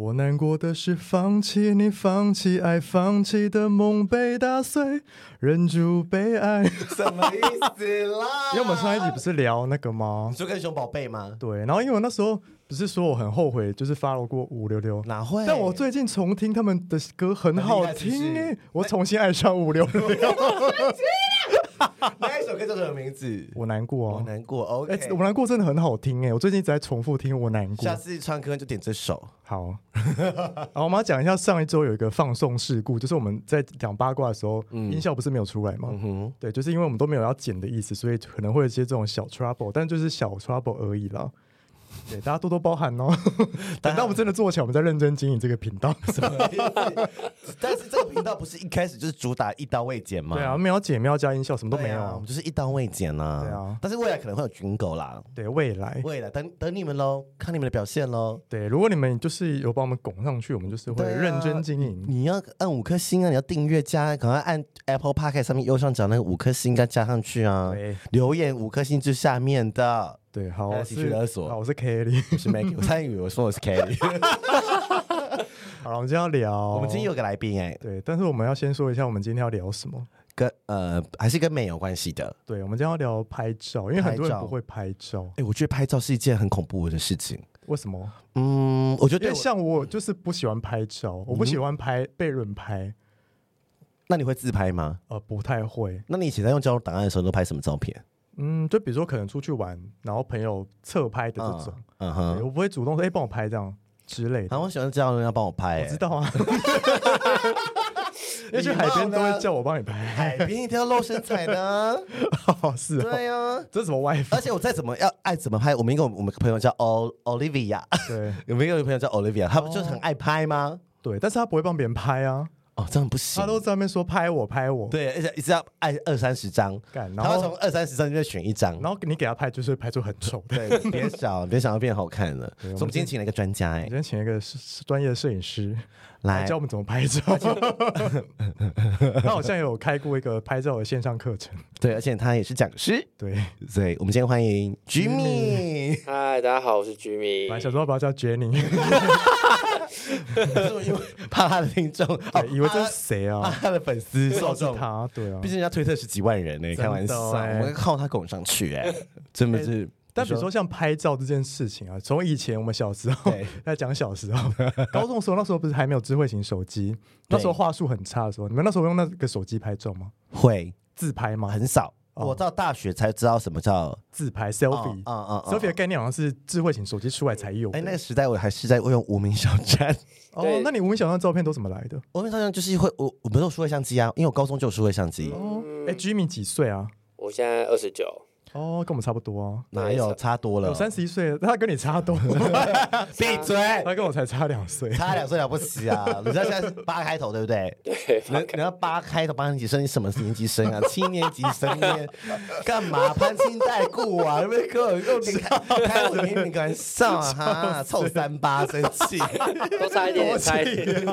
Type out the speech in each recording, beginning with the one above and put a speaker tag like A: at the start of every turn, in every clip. A: 我难过的是放弃你，放弃爱，放弃的梦被打碎，忍住悲 哀。
B: 什么意 思啦？
A: 因为我们上一集不是聊那个吗
B: 你？说跟熊宝贝吗？
A: 对，然后因为我那时候不是说我很后悔，就是 follow 过五六六，
B: 哪会？
A: 但我最近重听他们的歌很好
B: 很
A: 听
B: 厉害是
A: 诶、
B: 不是
A: 我重新爱上五六六，
B: 那一首歌叫什么名字？
A: 我难过
B: 我
A: 啊。
B: 难过。
A: 哎、
B: OK，
A: 我难过真的很好听哎、我最近一直在重复听我难过
B: 下。次唱歌就点 这首。
A: 好，好，我们要讲一下上一周有一个放送事故，就是我们在讲八卦的时候，音效不是没有出来吗？
B: 嗯哼，
A: 对，就是因为我们都没有要剪的意思，所以可能会有一些这种小 trouble，但就是小 trouble 而已啦。对，大家多多包涵 哦。等到我们真的做起来，我们再认真经营这个频道。
B: 什么啊意思？但是这个频道不是一开始就是主打一刀未剪吗？
A: 对啊，没有剪，没有加音效，什么都
B: 对啊，
A: 没有
B: 我
A: 啊
B: 们。就是一刀未剪啊。
A: 对啊哎
B: 但是未来可能会有军狗啦。
A: 对，未来，
B: 未来等等你们喽，看你们的表现喽。
A: 对，如果你们就是有把我们拱上去，我们就是会
B: 对啊
A: 认真经营。
B: 你要按五颗星啊！你要订阅加，赶快按 Apple Park 上面右上角那个五颗星，该加上去啊！
A: 对
B: 留言五颗星之下面的，
A: 对，好，
B: 还有
A: 我
B: 情绪
A: 是
B: 勒索
A: 好，我是 Kelly。
B: 我是 Maggie，我参与，我说我是 Kelly。
A: 好了，我们今天要聊，
B: 我们今天有个来宾哎、
A: 对，但是我们要先说一下，我们今天要聊什么？
B: 跟呃还是跟美有关系的。
A: 对，我们今天要聊拍照，因为很多人
B: 拍照
A: 不会拍照，
B: 哎、我觉得拍照是一件很恐怖的事情。
A: 为什么？
B: 嗯，我嗯觉得
A: 因
B: 对
A: 为
B: 我，
A: 像我就是不喜欢拍照，我不喜欢拍被人拍，
B: 那你会自拍吗？
A: 呃，不太会。
B: 那你以前在用交友档案的时候，都拍什么照片？
A: 嗯，就比如说可能出去玩，然后朋友侧拍的这种，
B: 嗯
A: 对
B: 哼，
A: 我不会主动说哎、帮我拍这样之类的。
B: 啊，我喜欢这样的人要帮我拍、
A: 我知
B: 欸。
A: 道 啊，因为去海边都会叫我帮你拍，
B: 海边一定要露身材的啊，
A: 是哦，
B: 对呀、啊。
A: 这是什么 wife？
B: 而且我再怎么要爱怎么拍，我们一个我们朋友叫 O Olivia，
A: 对
B: 有没有一个朋友叫 Olivia？他不就是很爱拍吗？
A: 对，但是他不会帮别人拍啊，
B: 哦，这样不行
A: 他。都在那边说拍我拍我，
B: 对，而且一直要爱二三十张，
A: 干，然
B: 他会
A: 后
B: 从二三十张里面选一张。
A: 然后你给他拍就是会拍出很丑的。
B: 对，别想别想要变好看了。所以我们今天请了一个专家，
A: 我
B: 哎
A: 今，天请一个摄摄专业的摄影师
B: 来
A: 教我们怎么拍 照。他好像有开过一个拍照的线上课程，
B: 对，而且他也是讲师，
A: 对，
B: 对，我们今天欢迎 Jimmy。
C: 嗨，大家好，我是居
A: 本
C: 民。
A: 来想说要不要叫 Jenny，
B: 因为怕他的听众，哦
A: 对以为这是谁
B: 怕
A: 啊？
B: 他的粉丝受
A: 是
B: 众。
A: 他，对啊
B: 毕。竟人家推特是几万人呢，开玩笑，
A: 真的哎
B: 我们靠他拱上去， 哎，真的是。
A: 但比如说像拍照这件事情啊，从以前我们小时候
B: 对
A: 在讲小时候， 高中的时候那时候不是还没有智慧型手机，那时候话术很差的时候，你们那时候用那个手机拍照吗？
B: 会
A: 自拍吗？
B: 很少。
A: 哦
B: 我到大学才知道什么叫
A: 自拍
B: 哦
A: selfie，selfie、
B: 哦哦哦
A: selfie 的概念好像是智慧型手机出来才有的。
B: 哎，那个时代我还是在用无名小 站，
A: 哦
C: 对，
A: 那你无名小站的照片都怎么来的？
B: 无名小站就是会我我不是有数位相机啊，因为我高中就有数位相机，
A: 哦，哎，Jimmy 几岁啊？
C: 我现在二十 九，
A: 哦，跟我们差不多啊，
B: 哪有差多了
A: 我？三十一岁，他跟你差多，
B: 哦闭嘴！
A: 他跟我才差两岁。
B: 差两岁了不起啊！ 你知道现在是八开头对不对？
C: 对，
B: 你你要八开头八年级生，你什么年级生 啊？七年级生耶？干嘛攀亲带故啊？有没有跟我用你 开
A: 啊
B: 开我年龄玩笑啊？哈，臭三八生气！
A: 啊
C: 都差一 点，差一
A: 哎
C: 点。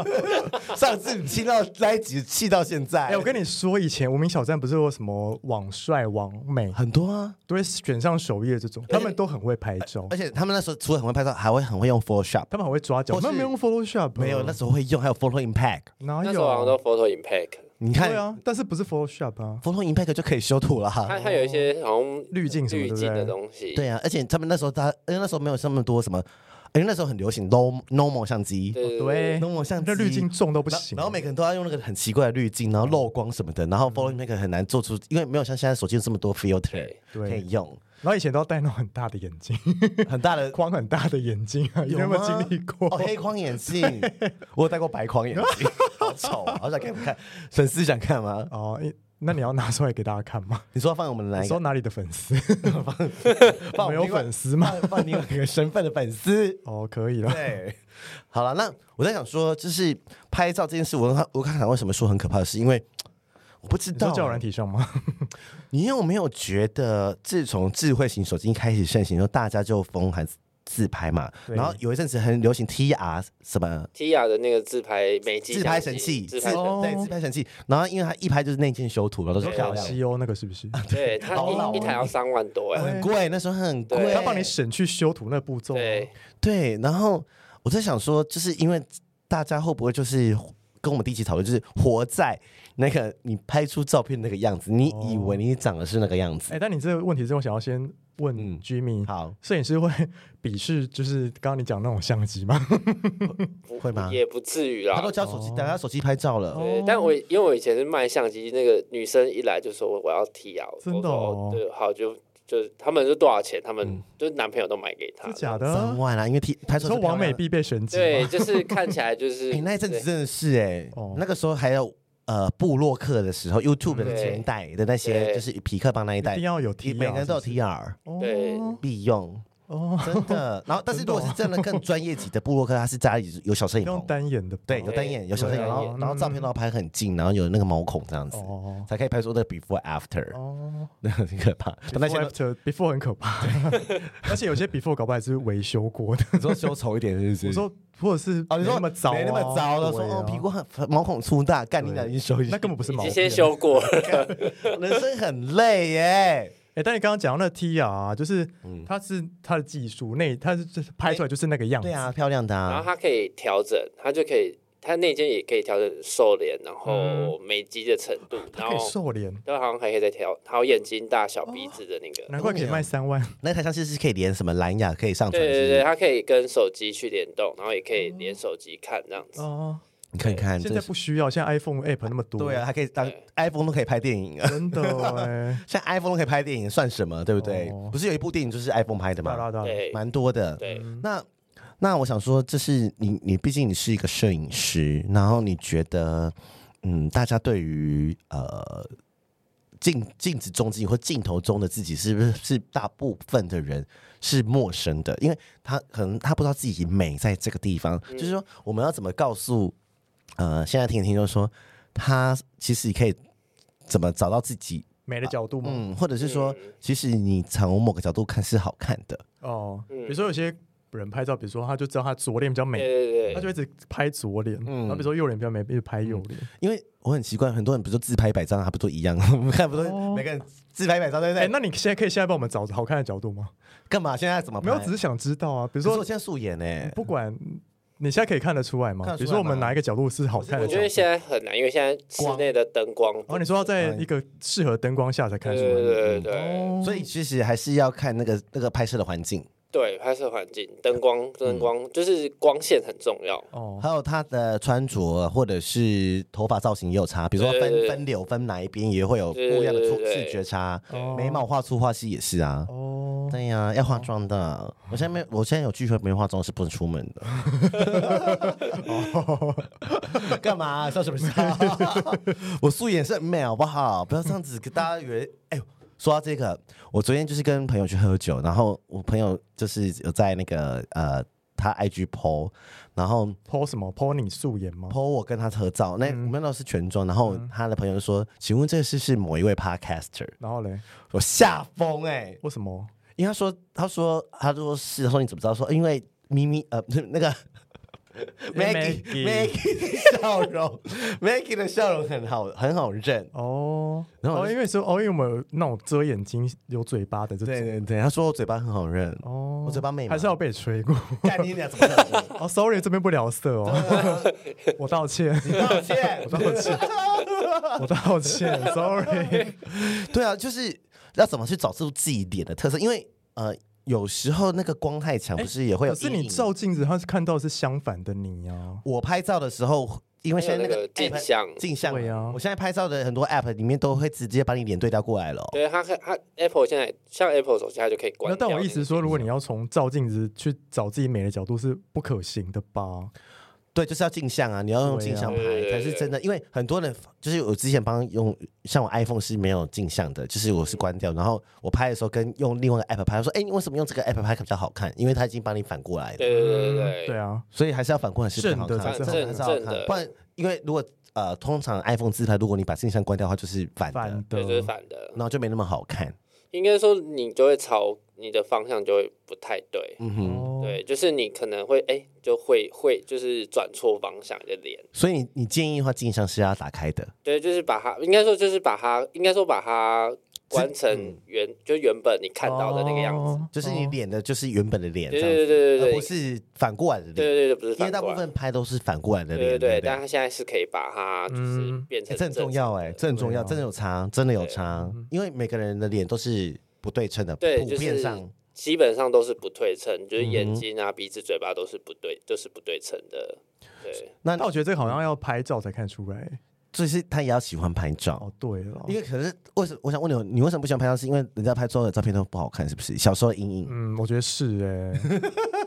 B: 上次你听到那一集气到现在，
A: 哎、我跟你说，以前无名小站不是有什么网帅、网美，
B: 很多啊。
A: 都会选上首页这种，他们都很会拍照，
B: 而且他们那时候除了很会拍照，还会很会用 Photoshop。
A: 他们很会抓
B: 或
A: 脚。
B: 是
A: 那没有用 Photoshop，啊
B: 没有，那时候会用，还有 Photo Impact。
A: 哪
C: 那时
A: 有
C: 候好像都
A: 啊？
C: photo impact，
B: 你看
A: 对啊，但是不是 Photoshop 啊？
B: ，Photo Impact 就可以修图了
C: 它
B: 哈。
C: 它有一些好像
A: 哦滤镜什么
C: 滤
A: 对不
C: 镜的
A: 对
C: 东西。
B: 对啊，而且他们那时候他，因为那时候没有那么多什么，因为那时候很流行 normal normal 相机
C: 对对对，
A: 哦对，
B: ，normal 相机
A: 那滤镜重到不
B: 然后
A: 行。
B: 然后每个人都要用那个很奇怪的滤镜，
C: 嗯
B: 然后漏光什么的，然后 Photo Impact 很难做出，因为没有像现在手机有这么多 filter
C: 对
A: 对
B: 可以用，
A: 然后以前都要戴那种很大的眼镜，
B: 很大 的。
A: 框很大的眼镜啊，有没有
B: 吗
A: 经历过？
B: 哦，黑框 眼镜，我有戴过白框眼镜，好丑啊！好想给你们看，粉丝想看吗？
A: 哦，诶那你要拿出来给大家看吗？
B: 你说放我们 哪
A: 你
B: 一个
A: 说？哪里的粉 丝？我们
B: 放我们
A: 有
B: 另外
A: 粉丝吗？
B: 放另外一个身份的粉丝。
A: 哦，可 以了。
B: 对，好了，那我在想说，就是拍照这件事，我刚我刚才为什么说很可怕的是，因为我不知
A: 你说
B: 道
A: 交友软体上吗？
B: 你有没有觉得，自从智慧型手机开始盛行之后，大家就疯喊自拍嘛，
A: 对
B: 然后有一阵子很流行 T R 什么。
C: Tia 的那个自拍美肌
B: 自拍神器，
C: 自
B: 自
C: 拍神
A: 哦
B: 对自拍神器，然后因为它一拍就是内建修图嘛，都是
C: 对
B: 漂
A: 卡
B: 亮的，
A: 西欧那个是不是？
C: 对，它
B: 好老哦
C: 一一台要三万多哎，
B: 很贵，那时候很贵，
C: 对
A: 他帮你省去修图那步骤啊。
C: 对，
B: 对，然后我在想说，就是因为大家会不会就是跟我们第一起讨论，就是活在那个你拍出照片那个样子，你以
A: 哦
B: 为你长得是那个样子？
A: 哎、但你这个问题，是我想要先问
B: 嗯
A: Jimmy，、
B: 好，
A: 摄影师会鄙视就是刚刚你讲那种相机吗？
C: 不
B: 会吗
C: 也不至于
B: 他
C: 啦
B: 都。交手机，
A: 哦
B: 大家手机拍照了，
C: 对，但我因为我以前是卖相机，那个女生一来就说我要剃啊，我
A: 真的哦
C: 说对，好就就他们是多少钱，他们
B: 嗯
C: 就男朋友都买给她
A: 是，假的
B: 三
A: 啊？
B: 万啦，因为提拍
A: 你
B: 照
A: 说
B: 是
A: 王美
B: 漂亮的
A: 必备神机
C: 对，
A: 吗？
C: 就是看起 来就是
B: 哎、那一阵子
C: 对
B: 真的是哎、
A: 哦
B: 那个时候还有呃布洛克的时候，YouTube 的前代的那些，
C: 嗯对
B: 就是皮克邦那一
A: 一
B: 代
A: 定，要有 T，
B: 每个人都有啊 TR
C: 对
A: 哦
B: 必用，
A: 哦，
B: 真的。然后，但是如果是真的更专业级的布洛克，他是家里有小摄影
A: 用
B: 棚，
A: 单眼的吧
B: 对，有单眼，有小摄影棚，
C: 对
B: 然后然后照片都要拍很近，然后有那个毛孔这样子，
A: 嗯哦
B: 才可以拍出那个 before after，
A: 哦
B: 那 很可怕。 那 些
A: ，before after before 很可怕， 而且有些 before 搞不好还是维修过的。
B: 你说修丑一点是不是
A: 我说或者是
B: 哦，你
A: 没
B: 说
A: 那么糟啊，
B: 没那么糟了，说
A: 对啊
B: 哦屁股很毛孔粗大，干你俩去修一下，
A: 那根本不是
C: 已
A: 毛病。
C: 经
A: 啊
C: 先 修过了，
B: 人生很累耶。
A: 哎、但你刚刚讲到那 T R，、啊、就是
B: 嗯
A: 它是它的技术，那它是就是拍出来就是那个样子。
B: 对啊，漂亮的
C: 然后
B: 啊，
C: 它可以调整，它就可以，它内间也可以调整瘦脸，然后美肌的程度，然
A: 嗯它可以
C: 后
A: 瘦脸，
C: 都好像还可以再调，还有眼睛大小、鼻子的那个。
A: 难怪可以卖三万。
B: 那台相机是可以连什么蓝牙可以上传，
C: 对对
B: 是
C: 对，它可以跟手机去联动，然后也可以连手机看这
B: 啊
C: 样子。
A: 哦，
B: 不是你看看，
A: 现
B: 真
A: 在
B: 的是
A: 不需要，现在 iPhone app 那么多。
B: 对啊，，还可以当
C: 对
B: iPhone 都可以拍电影啊，
A: 真的哎、
B: 像 iPhone 都可以拍电影，算什么？对不对
A: 哦？
B: 不是有一部电影就是 iPhone 拍的
A: 对啊
B: 吗？
A: 啦对啦
C: 对
B: 蛮多的。
C: 对，
A: 嗯
B: 那那我想说，这是你你毕竟你是一个摄影师，然后你觉得，嗯，大家对于呃镜镜子中自己或镜头中的自己，是不是是大部分的人是陌生的？因为他可能他不知道自己美在这个地方，就是说我们要怎么告诉呃现在听的听众说，他其实可以怎么找到自己。
A: 美的角度嘛。
B: 嗯，或者是说
C: 嗯，
B: 其实你从某个角度看是好看的，
A: 哦，
C: 嗯
A: 比如说有些人拍照，比如说他就知道他左脸比较
C: 对
A: 美，
C: 对对
A: 他
C: 对，
A: 就一直拍左脸。
B: 嗯
A: 然后比如说右脸比较美，一直拍右脸。
B: 因为我很奇怪，很多人不是自拍一百张，他不都一样？ 我们看不都
A: 哦
B: 每个人自拍一百张，对不
A: 哎、
B: 对？
A: 那你现在可以现在帮我们找好看的角度吗？
B: 干嘛？现在怎么拍？
A: 没有，只是想知道啊。比如
B: 可是我
A: 说，
B: 现在素颜呢，
A: 不管你现在可以看得出来吗？
B: 看得出
A: 比如
B: 来
A: 说我们
B: 吗
A: 哪一个角度是好看的
C: 我
A: 角
C: 觉
A: 度
C: 得？现在很难，因为现在室内的灯光
A: 哦，你说要在
B: 嗯
A: 一个适合灯光下才看
C: 对
A: 得出
C: 对
A: 来。
C: 对对对
A: 哦，
B: 所以其实还是要看那个那个拍摄的环境，
C: 对，拍摄环境、灯光、
A: 嗯
C: 灯光就是光线很重要。
A: 哦，
B: 还有他的穿着或者是头发造型也有差，比如说
C: 对对
B: 分
C: 对
B: 分流分哪一边也会有不
C: 对对
B: 一样的触
C: 对对
B: 视觉差，
A: 哦
B: 眉毛画粗画细也是啊。
A: 哦，
B: 对呀、要化妆的。我现在没，我现在有聚会没化妆是不能出门 的。哦干嘛笑什么笑？ 我素颜是很美好不好？不要这样子，给大家以为哎呦。说到这个，我昨天就是跟朋友去喝酒，然后我朋友就是有在那个呃他 IG PO，然后
A: 剖什么？剖你素颜吗？
B: PO 我跟他合照，那我们那时候是全妆，然后他的朋友就说：“请问这是是某一位 Podcaster？”
A: 然后嘞，
B: 我吓疯哎、
A: 为什么？
B: 因为他说，他说，他说是，他说你怎么知道？说因为咪咪呃，不 是那个 Maggie
A: Maggie
B: Maggie 的笑容，Maggie 的笑容很好，很好认。
A: 哦，
B: 然后我
A: 哦，
B: 就
A: 因为说哦，因为我们有那种遮眼睛、有嘴巴的这
B: 对
A: 种，
B: 对对，他说我嘴巴很好认，
A: 哦，
B: 我嘴巴美吗
A: 还是要被吹 过。
B: 干你俩怎么可能？
A: 哦，sorry，这边不聊色哦， 我道歉，
B: 抱歉，抱歉。
A: 我道歉，sorry。
B: 对啊，就是要怎么去找出自己脸的特色，因为呃，有时候那个光太强，不是也会有
A: 哎可
B: 阴
A: 是
B: 影。
A: 你照镜子，他是看到的是相反的你啊。
B: 我拍照的时候，因为现在那
C: 还
B: 个
C: 有那个
B: app-
C: 镜像
B: 镜像，
A: 对啊
B: 我现在拍照的很多 app 里面都会直接把你脸对调过来了哦。
C: 对，它可它 Apple 现在像 Apple 手机，它就可以关
A: 那
C: 掉
A: 但
C: 那个。
A: 我意思是说，如果你要从照镜子去找自己美的角度，是不可行的吧？
B: 对，就是要镜像啊，你要用
A: 对啊
B: 镜像拍
C: 对对
B: 才是真的。因为很多人就是我之前帮用，像我 iPhone 是没有镜像的，就是我是关掉，然后我拍的时候跟用另外一个 app 拍，我说哎，你为什么用这个 app 拍比较好看？因为它已经帮你反过来了，
C: 对对
B: 嗯
C: 对
A: 对啊，
B: 所以还是要反过来是比较好
A: 正
B: 看，
A: 的才是好
B: 正的才是好
C: 正的
B: 看。不然，因为如果呃，通常 iPhone 自拍，如果你把镜像关掉的话，就是反的，
A: 反
C: 对，
A: 的
C: 对，就是反的。
B: 然后就没那么好看。
C: 应该说你就会朝你的方向就会不太对，
B: 嗯哼，
A: 哦
C: 对，就是你可能会哎、就会会就是转错方向你的脸，
B: 所以你你建议的话，镜像是要打开的。
C: 对，就是把它应该说就是把它应该说把它关成原、就原本你看到的那个样子。
A: 哦
B: 就是你脸的，就是原本的脸，
C: 对
B: 这样
C: 对
B: 子
C: 对对
B: 而
C: 对
B: 不是反过来的
C: 对
B: 脸，
C: 对对，不是
B: 因
C: 反
B: 为大
C: 过
B: 部
C: 来。
B: 分拍都是反过来的
C: 对
B: 脸，
C: 对
B: 对
C: 对，
B: 不对，
C: 但他现在是可以把它就是
A: 嗯
C: 变成
B: 欸这很
C: 正
B: 重要哎，
C: 常的
B: 这很重
A: 对
B: 要，
A: 啊嗯
B: 真的有差，真的有差，因为每个人的脸都是不对称的，
C: 对
B: 普
C: 就是
B: 遍上
C: 基本上都是不对称，就是
B: 嗯
C: 眼
B: 哼
C: 睛啊、鼻子、嘴巴都是不对，就是不对称的。对，
B: 那
A: 但我觉得这个好像要拍照才看出来。
B: 就是他也要喜欢拍照。
A: 哦，对了，
B: 因为可是为什么？我想问你，你为什么不喜欢拍照？是因为人家拍出来的照片都不好看，是不是？小时候的阴影。
A: 嗯，我觉得是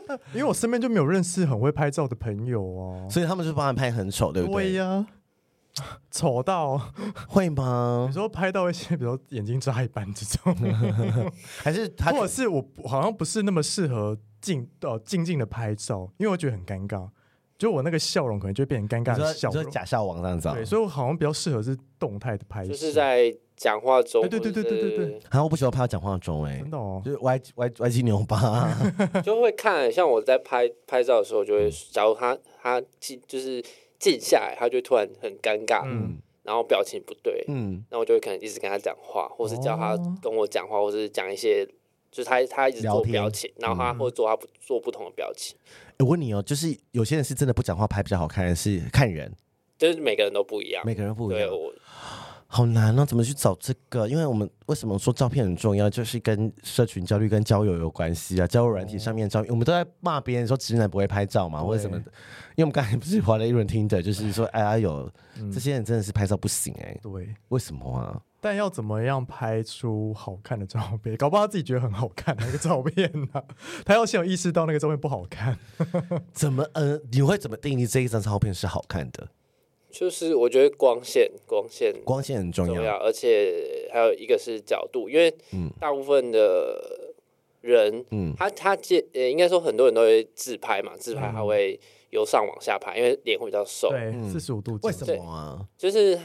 A: 哎、 因为我身边就没有认识很会拍照的朋友哦、
B: 所以他们就帮他拍很丑，对不
A: 对
B: 对？
A: 呀、 丑到
B: 会
A: 有
B: 吗？
A: 时候拍到一些，比如说眼睛眨一半这种，
B: 还是他
A: 或者是我不好像不是那么适合静呃静静的拍照，因为我觉得很尴尬，就我那个笑容可能就会变成尴尬
B: 你说
A: 的
B: 你
A: 笑
B: 说
A: 容。
B: 假笑王这样子啊？
A: 对，所以我好像比较适合是动态的拍摄，
C: 就是在讲话中，
B: 哎
A: 对对对对对对
B: 然后啊我不喜欢拍到讲话中，哎
A: 真，的哦，
B: 就是歪歪歪七 扭八。
C: 对，就会看。像我在拍拍照的时候，就
B: 嗯
C: 会，假如他他静就是静下来，他就突然很尴尬，
A: 嗯
C: 然后表情不对，
B: 嗯，
C: 那我就会可能一直跟他讲话，或是叫他
A: 哦
C: 跟我讲话，或是讲一些，就是他他一直
B: 聊
C: 做
B: 天嗯
C: 表情，然后他或者做他不做不同的表情，
B: 我问你哦，就是有些人是真的不讲话拍比较好看，是看人，
C: 就是每个人都不一样。
B: 每个人不一
C: 对
B: 样。
C: 我
B: 好难哦，怎么去找这个？因为我们为什么说照片很重要，就是跟社群焦虑、跟交友有关系啊。交友软体上面的照片，我们都在骂别人说直男不会拍照嘛，或者什么的。因为我们刚才不是划了一轮听的，就是 说，哎呀，有
A: 嗯
B: 这些人真的是拍照不行哎、
A: 对。
B: 为什么啊？
A: 但要怎么样拍出好看的照片？搞不好他自己觉得很好看那个照片呢、 他要先有意识到那个照片不好看。
B: 怎么呃，你会怎么定义这一张照片是好看的？
C: 就是我觉得光线光线
B: 光线很重
C: 重
B: 要，
C: 要，而且还有一个是角度，因为
B: 嗯
C: 大部分的人，
B: 嗯
C: 他他接呃，应该说很多人都会自拍嘛，自拍他会由上往下拍，因为脸会比较瘦，
A: 嗯对，
B: 嗯
A: 四十五度角。
B: 为什么啊？
C: 就是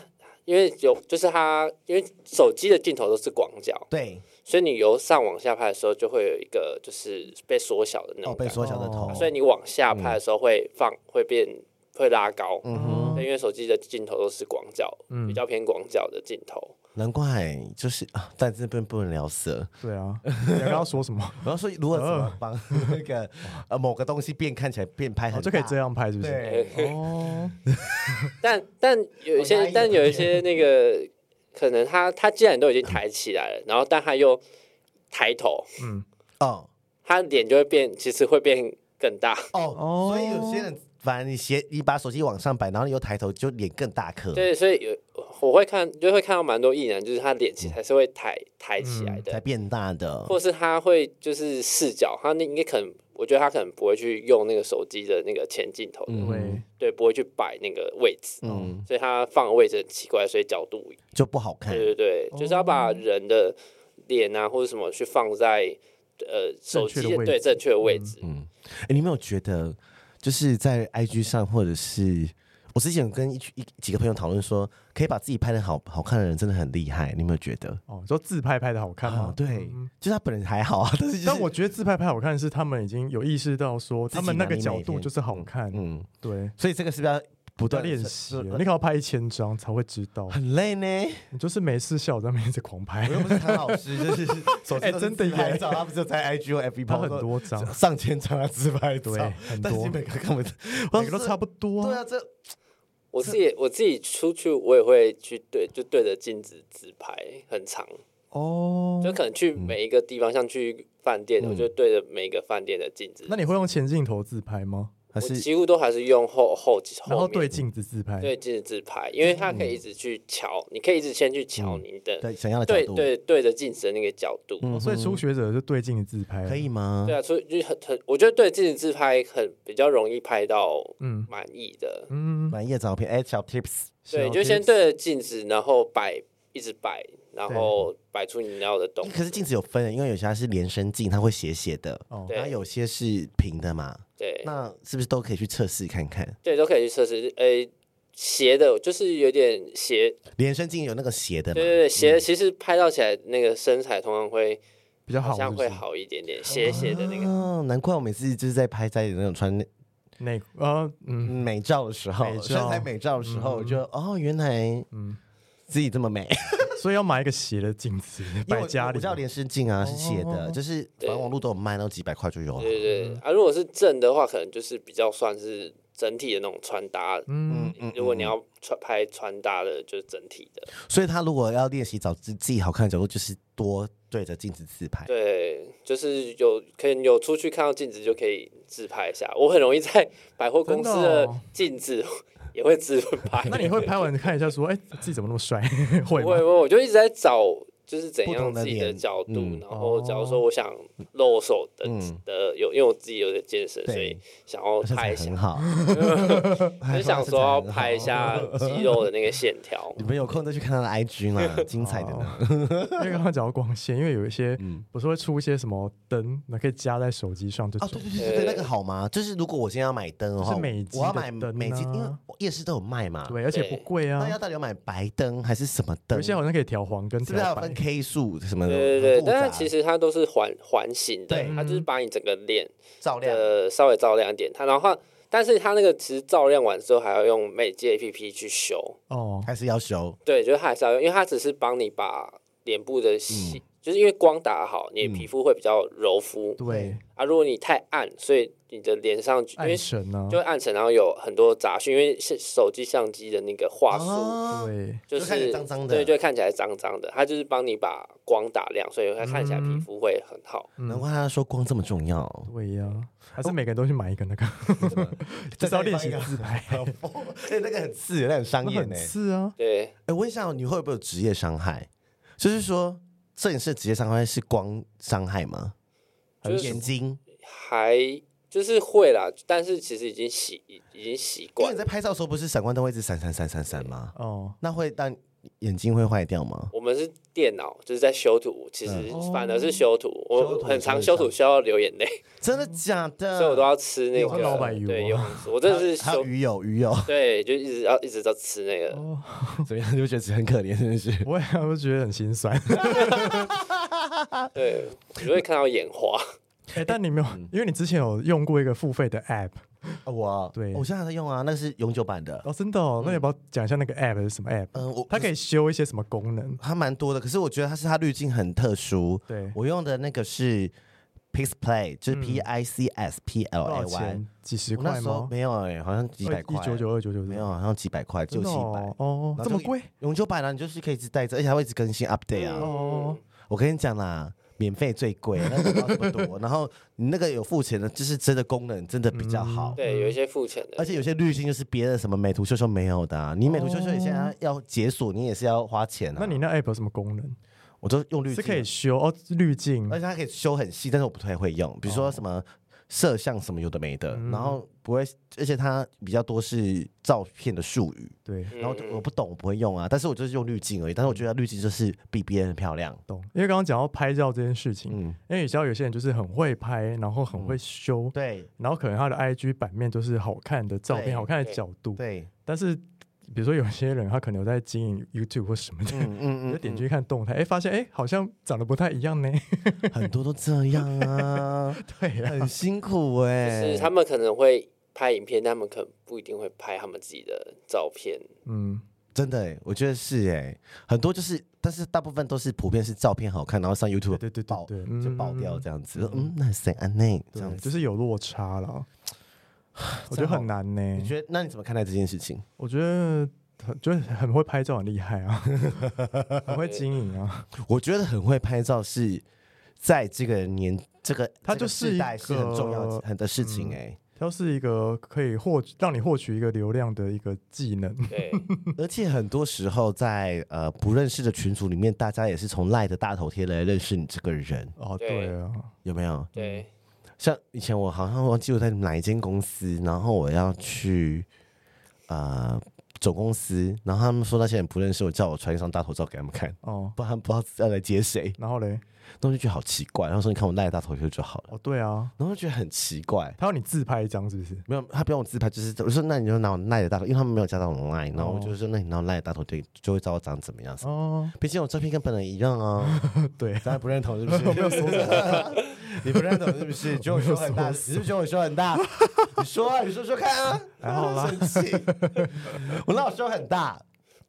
C: 因为有就是他因为手机的镜头都是广角，
B: 对，
C: 所以你由上往下拍的时候就会有一个就是被缩小的
B: 哦，
C: 那种
B: 被
C: 感觉，
B: 缩小的头，
A: 哦
C: 所以你往下拍的时候会放、会变会拉高。
B: 嗯哼。
A: 哦
C: 对因为手机的镜头都是广角，
A: 嗯
C: 比较偏广角的镜头。
B: 难怪就是啊，但这边不能聊色。
A: 对啊，你要跟他说什 么？
B: 我要说，如果怎么帮那个呃某个东西变看起来变
A: 嗯
B: 拍
A: 哦
B: 很
A: 就可以
B: 大
A: 这样拍，是不是？
B: 对，
A: 哦，
C: 但但有一
B: 好压
C: 些
B: 抑，
C: 但
B: 哦
C: 有一些那个，可能他他既然都已经抬起来了，然后但他又抬头，
A: 嗯，
B: 哦
C: 他脸就会变，其实会变更大。
B: 哦
A: 哦，
B: 所以有些人反正你斜你把手机往上摆，然后你又抬头，就脸更大颗，
C: 对，所以有我会看，就会看到蛮多艺人，就是他脸其实还是会抬抬起来
B: 才
C: 的，
B: 变大的。
C: 或是他会就是视角，他那应该可能，我觉得他可能不会去用那个手机的那个前镜头的，
B: 嗯
A: 对，
C: 对，不会去摆那个位置，
B: 嗯，
C: 所以他放的位置很奇怪，所以角度
B: 就不好看。
C: 对对对，就是要把
A: 哦
C: 人的脸啊或者什么去放在呃手机
A: 正确的位置
C: 对正确的位置。
B: 嗯，哎，你有没有觉得就是在 IG 上，或者是我之前有跟一群一几个朋友讨论说，可以把自己拍的好好看的人真的很厉害，你有没有觉得？
A: 哦，你说自拍拍的好看吗
B: 啊，？对
A: 嗯，
B: 就是他本人还好啊，但是就是
A: 但我觉得自拍拍好看是他们已经有意识到说，
B: 自己
A: 他们那个
B: 拿捏每
A: 角
B: 一
A: 度
B: 天
A: 就是好看。
B: 嗯，
A: 对，
B: 所以这个是不是要不
A: 不断
B: 断地
A: 练习，
B: 是
A: 你可能要拍一千张才会知 道。
B: 很累呢。
A: 你就是没事笑，在那边一直狂拍
B: 我，又不是唐老 师，就是手机
A: 哎
B: 都是
A: 真的
B: 自拍
A: 耶
B: 照，他不是在 IG 或 FB
A: 他
B: po
A: 很
B: 说
A: 多 张，
B: 上千张他自拍照，
A: 对，很
B: 但
A: 多
B: 是，每个根本
A: 每个都差不多啊。
B: 对啊，这
C: 我自己我自己出去，我也会去对就对着镜子自拍，很长，
A: 哦
C: 就可能去每一个地方，像去饭店，我就对着每一个饭店的镜子。
A: 那你会用前镜头自拍吗？
B: 还
C: 我
B: 是
C: 几乎都还是用后后
A: 然后
C: 后
A: 对
C: 面
A: 镜子自拍？
C: 对镜子自拍，因为它可以一直去瞧，你可以一直先去瞧你的
B: 对想要的
C: 对
B: 角度，
C: 对对着镜子的那个角度。
A: 哦，所以初学者是对镜子自拍，
B: 嗯可以吗
C: 对？啊，所以就很很，我觉得对镜子自拍很比较容易拍到
A: 嗯
C: 满意的。
A: 嗯，
B: 满意的照片，哎，小 tips，
C: 对，
A: 小
C: 你就先
A: tips
C: 对着镜子，然后摆，一直摆，然后摆出你要的动
B: 可
C: 作。
B: 是镜子有分，因为有些它是连身镜，它会斜斜的，
A: 哦
C: 对
B: 然后有些是平的嘛，
C: 对
B: 那是不是都可以去测试看看？
C: 对，都可以去测试。诶，斜的，就是有点斜，
B: 连身镜有那个斜的
C: 对
B: 嘛
C: 对？对，
A: 嗯
C: 斜的。其实拍到起来那个身材通常会
A: 比较好
C: 好
A: 是
C: 像
A: 不
C: 会
A: 是，
C: 好一点点，斜斜的那个。
B: 哦，难怪我每次就是在拍在那种穿
A: 那呃嗯
B: 美照的时候
A: 美，照
B: 身材美照的时候，我就哦，原来
A: 嗯，
B: 自己这么美，
A: 所以要买一个斜的镜子
B: 因为
A: 摆
B: 我
A: 家
B: 我
A: 里哦
B: 知。道连身镜啊是斜的，就是反
C: 对
B: 正网络都有卖，那种几百块就有了。
C: 对对
A: 嗯
C: 对啊，如果是正的话，可能就是比较算是整体的那种穿搭。
A: 嗯，
B: 嗯
C: 如果你要穿拍穿搭的，就是整体的。
B: 所以他如果要练习找自自己好看的角度，就是多对着镜子自拍。
C: 对，就是有可以有出去看到镜子就可以自拍一下。我很容易在百货公司
A: 真的
C: 的
A: 哦
C: 镜子 也会自拍。
A: 那你会拍完看一下说，哎，自己怎么那么帅？ 会
C: 不会
A: 吗？
C: 不会，我就一直在找，就是怎
B: 不同
C: 样
B: 的
C: 自己的
B: 脸
C: 角度，
B: 嗯
C: 然后假如说
A: 哦
C: 我想露手的、
B: 嗯
C: 的，有因为我自己有点健身，
B: 对
C: 所以想要
B: 身
C: 拍
B: 材
C: 一下
B: 很，好，
C: 就
B: 还
C: 想
B: 身
C: 说
B: 材
C: 要
B: 很
C: 拍一
B: 好。
C: 下肌肉的那个线条。
B: 你 们有空再去看他的 IG 啦，精彩的呢。
A: 因为刚刚讲到光线，因为有一些
B: 嗯
A: 不是会出一些什么灯，那可以加在手机上这
B: 哦，
A: 种
B: 对。对对对，那个好吗？就是如果我今天要买灯的话，
A: 就是美肌的
B: 我要买
A: 灯啊
B: 美肌，因为夜市都有卖嘛。
A: 对，而且不贵啊
B: 那，哦要到底要买白灯还是什么灯？
A: 有一些好像可以调黄跟
B: 是不是
A: 调
B: 还有
A: 白
B: 分。K 数什么的？
C: 对对对，
B: 很复杂
C: 但是其实它都是环环形的
B: 对，
C: 它
A: 嗯
C: 就是把你整个脸
B: 照亮
C: 的稍微照亮一点。它然后它，但是它那个其实照亮完之后还要用美肌 A P P 去修，
A: 哦，
B: 还是要修。
C: 对，就是它还是要用，因为它只是帮你把脸部的
B: 嗯
C: 细，就是因为光打好，你的皮肤会比较柔肤，
A: 对，
C: 啊，如果你太暗，所以你的脸上就因
A: 暗啊
C: 为
A: 神呢
C: 就？会暗沉，然后有很多杂讯，因为是手机相机的那个画素。
B: 啊，
A: 对，
C: 就
B: 就看起
C: 是
B: 来脏脏的
C: 对，就会看起来脏脏的。它就是帮你把光打亮，所以它看起来
B: 嗯
C: 皮肤会很好。
B: 难怪他说光这么重要。
A: 对呀，还是每个人都去买一个那个， 就是要练习自拍，
B: 对，那个很刺，那个很
A: 那
B: 伤眼欸
A: 很
B: 呢。
A: 刺啊。
C: 对，
B: 哎，我问一下，你会不会有职业伤害？就是说，摄影师的职业伤害是光伤害吗？
C: 就是
B: 眼睛，
C: 还就是会啦，但是其实已经习已经习
B: 因为
C: 惯
B: 你。在拍照的时候不是闪光灯会一直闪闪闪闪闪吗？
A: 哦，
B: 那会让眼睛会坏掉吗？
C: 我们是电脑，就是在修图，其实
A: 嗯
C: 反而是修图。
B: 哦修
C: 我
B: 图
C: 很常
B: 真的
C: 修
B: 是
C: 图修到流眼泪，
B: 真的假的？
C: 所以我都要吃那
A: 有
C: 个
A: 老板鱼
C: 对，
A: 哦
C: 有 很我真的是
B: 还有
C: 修
B: 鱼友鱼友，
C: 对，就一直要一直在吃那
B: 呃
C: 个。
A: 哦，
B: 怎么样？就觉得很可怜，真的是。
A: 我也我觉得很心 酸。
C: 对，你会看到眼花。
A: 哎，但你没有，
B: 嗯
A: 因为你之前有用过一个付费的 app
B: 啊我
A: 对
B: 我现在还在用啊，那个是永久版的。
A: 哦，真的哦，那你要不要讲一下那个 app 是什么 app？
B: 嗯，我
A: 它可以修一些什么功能？
B: 它蛮多的，可是我觉得它是它滤镜很特殊。
A: 对嗯
B: 我用的那个是 Pixplay，就是 P I C S P L
A: 多
B: A
A: 少
B: Y。
A: 钱？几十
B: 我那
A: 块
B: 时候
A: 吗？
B: 没有哎，好像几百块，
A: 呃一九九二九九
B: 没有，好像几百块，就
A: 真
B: 七
A: 的
B: 百
A: 哦。哦，
B: 然后
A: 这
B: 就
A: 么贵？
B: 永久版啊呢，你就是可以一直带着，而且还会一直更新 update 啊。
C: 嗯
A: 哦，
B: 我跟你讲啦，免费最贵，那个不知道这么 多。然后你那个有付钱的，就是真的功能真的比较
A: 嗯
B: 好。
C: 对，有一些付钱的，
B: 而且有些滤镜就是别的什么美图秀秀没有的、啊，你美图秀秀你现在要解锁，你也是要花钱
A: 哦
B: 啊。
A: 那你那 app 有什么功能？
B: 我都用滤
A: 是
B: 镜
A: 可
B: 啊，哎
A: 以修哦，滤镜
B: 而且它可以修很细，但是我不太会用，比如
A: 哦
B: 说什么摄像什么有的没的，
A: 嗯
B: 然后不会，而且它比较多是照片的术语，
A: 对。
C: 嗯
B: 然后我不懂，我不会用啊，但是我就是用滤镜而已，但是我觉得滤镜就是比别人漂亮，
A: 懂，因为刚刚讲到拍照这件事情，
B: 嗯，
A: 因为你知道有些人就是很会拍，然后很会修，
B: 对
A: 然后可能他的 IG 版面就是好看的照
B: 对
A: 片、好看的
C: 对
A: 角度，
B: 对，
A: 但是比如说有些人他可能有在经营 YouTube 或什么的，
B: 嗯嗯
A: 你 就
B: 嗯
A: 点进去看动态，哎、发现哎、好像长得不太一样呢。
B: 嗯，很多都这样 啊，
A: 对啦，
B: 很辛苦哎、
C: 就是他们可能会拍影片，但他们可能不一定会拍他们自己的照片。
A: 嗯，
B: 真的、欸，我觉得是哎、很多就是，但是大部分都是普遍是照片好看，然后上 YouTube
A: 对对对
B: 爆
A: 对
B: 就
A: 嗯
B: 爆掉这样子。嗯，那谁安内这样
A: 对，
B: 子？
A: 就是有落差 了，我觉得很难呢、
B: 你觉得那你怎么看待这件事情？
A: 我觉得很就是很会拍照，很厉害啊，很会经营啊，
B: 我觉得很会拍照是在这个年这个
A: 它
B: 这个
A: 就是
B: 世
A: 一
B: 代是很重要
A: 个
B: 的很的事情哎、
A: 它是一个可以获让你获取一个流量的一个技能。
C: 对，
A: 嗯
B: 而且很多时候在呃不认识的群组里面，大家也是从赖的大头贴来认识你这个人，
A: 哦，
C: 对
A: 对啊，
B: 有没有？
C: 对，
B: 像以前我好像忘记我在哪一间公司，然后我要去呃总公司，然后他们说那些人不认识我，叫我传一张大头照给他们看，
A: 哦，
B: 不然他们不知道要来接谁，
A: 然后嘞，
B: 然后我就觉得好奇怪，然后说你看我赖大头贴就好了，
A: 哦，对啊，
B: 然后就觉得很奇怪。
A: 他要你自拍一张是不是？
B: 没有，他不用我自拍，就是我说那你就拿我赖的大头，因为他们没有加到我赖，然后我就说那你拿我赖的大头贴，就会知道我长怎么样。
A: 哦，
B: 毕竟我照片跟本人一样啊，
A: 对，
B: 大家不认同是不 是？没有说你不认同是不 是？你觉得我胸很大？你是不是觉得我胸很大？你说啊，你说说看啊。
A: 还好啦
B: 生气。我那我胸很大，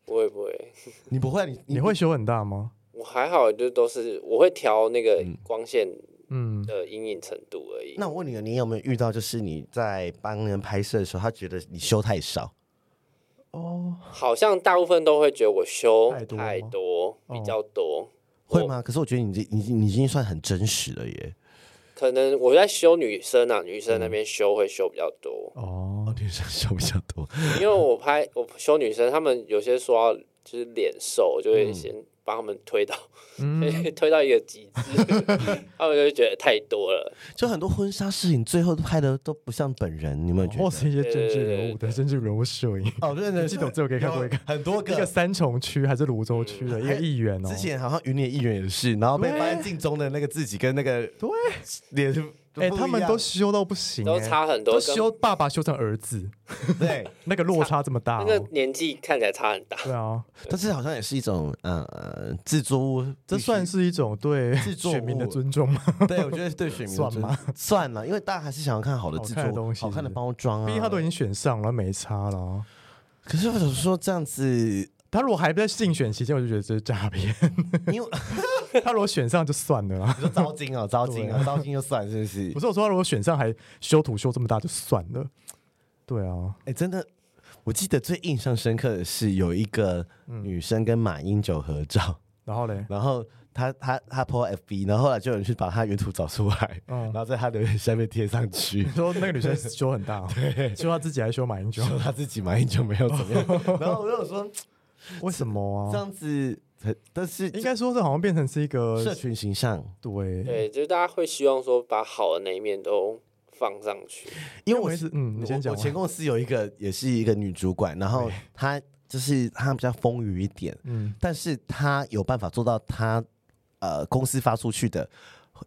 C: 不会不会，
B: 你不会，你
A: 你会修很大吗？
C: 我还好，就都是我会调那个光线
A: 嗯，
C: 的阴影程度而已。
B: 那我问你，你有没有遇到，就是你在帮人拍摄的时候，他觉得你修太少？
A: 哦，
C: 好像大部分都会觉得我修
A: 太多吗哦
C: 太多，比较多。
B: 会吗？可是我觉得你这你你已经算很真实了耶。
C: 可能我在修女生啊，女生那边修会修比较多，
A: 哦，
B: 女生修比较多，
C: 因为我拍我修女生，他们有些说要就是脸瘦，我就会先帮他们推到、
A: 嗯，
C: 推到一个极致， 他们就会觉得太多了。
B: 就很多婚纱摄影最后拍的都不像本人，你有没有觉
A: 或
B: 得？
A: 是一些政治人物的政治人物摄影，
B: 哦，对
A: 你记得我最后给你看过一个
B: 很多
A: 一个三重区还是泸州区的一个议员哦，
B: 之前好像云里议员也是，然后被发现镜中的那个自己跟那个
A: 对，
B: 脸是
A: 哎，
B: 不一
A: 他
B: 样
A: 们都修到不行，
C: 都
A: 哎
C: 差很多
A: 都
C: 跟
A: 修爸爸修成儿子，
B: 对，
A: 那个落差这么大
C: 那
A: 哦，
C: 个年纪看起来差很大，
A: 对啊，
B: 但是好像也是一种呃呃制作物，
A: 这算是一种对
B: 制作物
A: 选民的尊重吗？
B: 对我觉得对选民
A: 算吗？
B: 算了，因为大家还是想要看好的制
A: 好看
B: 作
A: 的东西
B: 好看的包装啊。
A: 毕竟他都已经选上了，没差了啊。
B: 可是我想说这样子，
A: 他如果还在竞选期间，我就觉得这是诈骗。
B: 因为
A: 他如果选上就算了
B: 。
A: 啦
B: 你说糟金哦，糟金
A: 对
B: 哦，
A: 啊
B: 糟金就算是不是
A: 不？是我说，他如果选上还修图修这么大就算了。对啊，
B: 哎，真的，我记得最印象深刻的是有一个女生跟马英九合照，
A: 然后嘞，
B: 然后她她她 po FB，然后后来就有人去把她原图找出来，
A: 嗯
B: 然后在她留言下面贴上去
A: 你。说那个女生修很大、哦，修她自己还修马英九，
B: 说她自己马英九没有怎 么样，
A: 嗯
B: 然后我就说
A: 为什么
B: 这
A: 啊？
B: 样子很，但是
A: 应该说这好像变成是一个
B: 社群形象，
A: 对，
C: 对，就是大家会希望说把好的那一面都放上去。
B: 因为
A: 我
B: 我
A: 一直嗯，你先讲
B: 我
A: 完。
B: 我前公司有一个也是一个女主管，然后她就是她比较风雨一点，
A: 嗯，
B: 但是她有办法做到她呃公司发出去的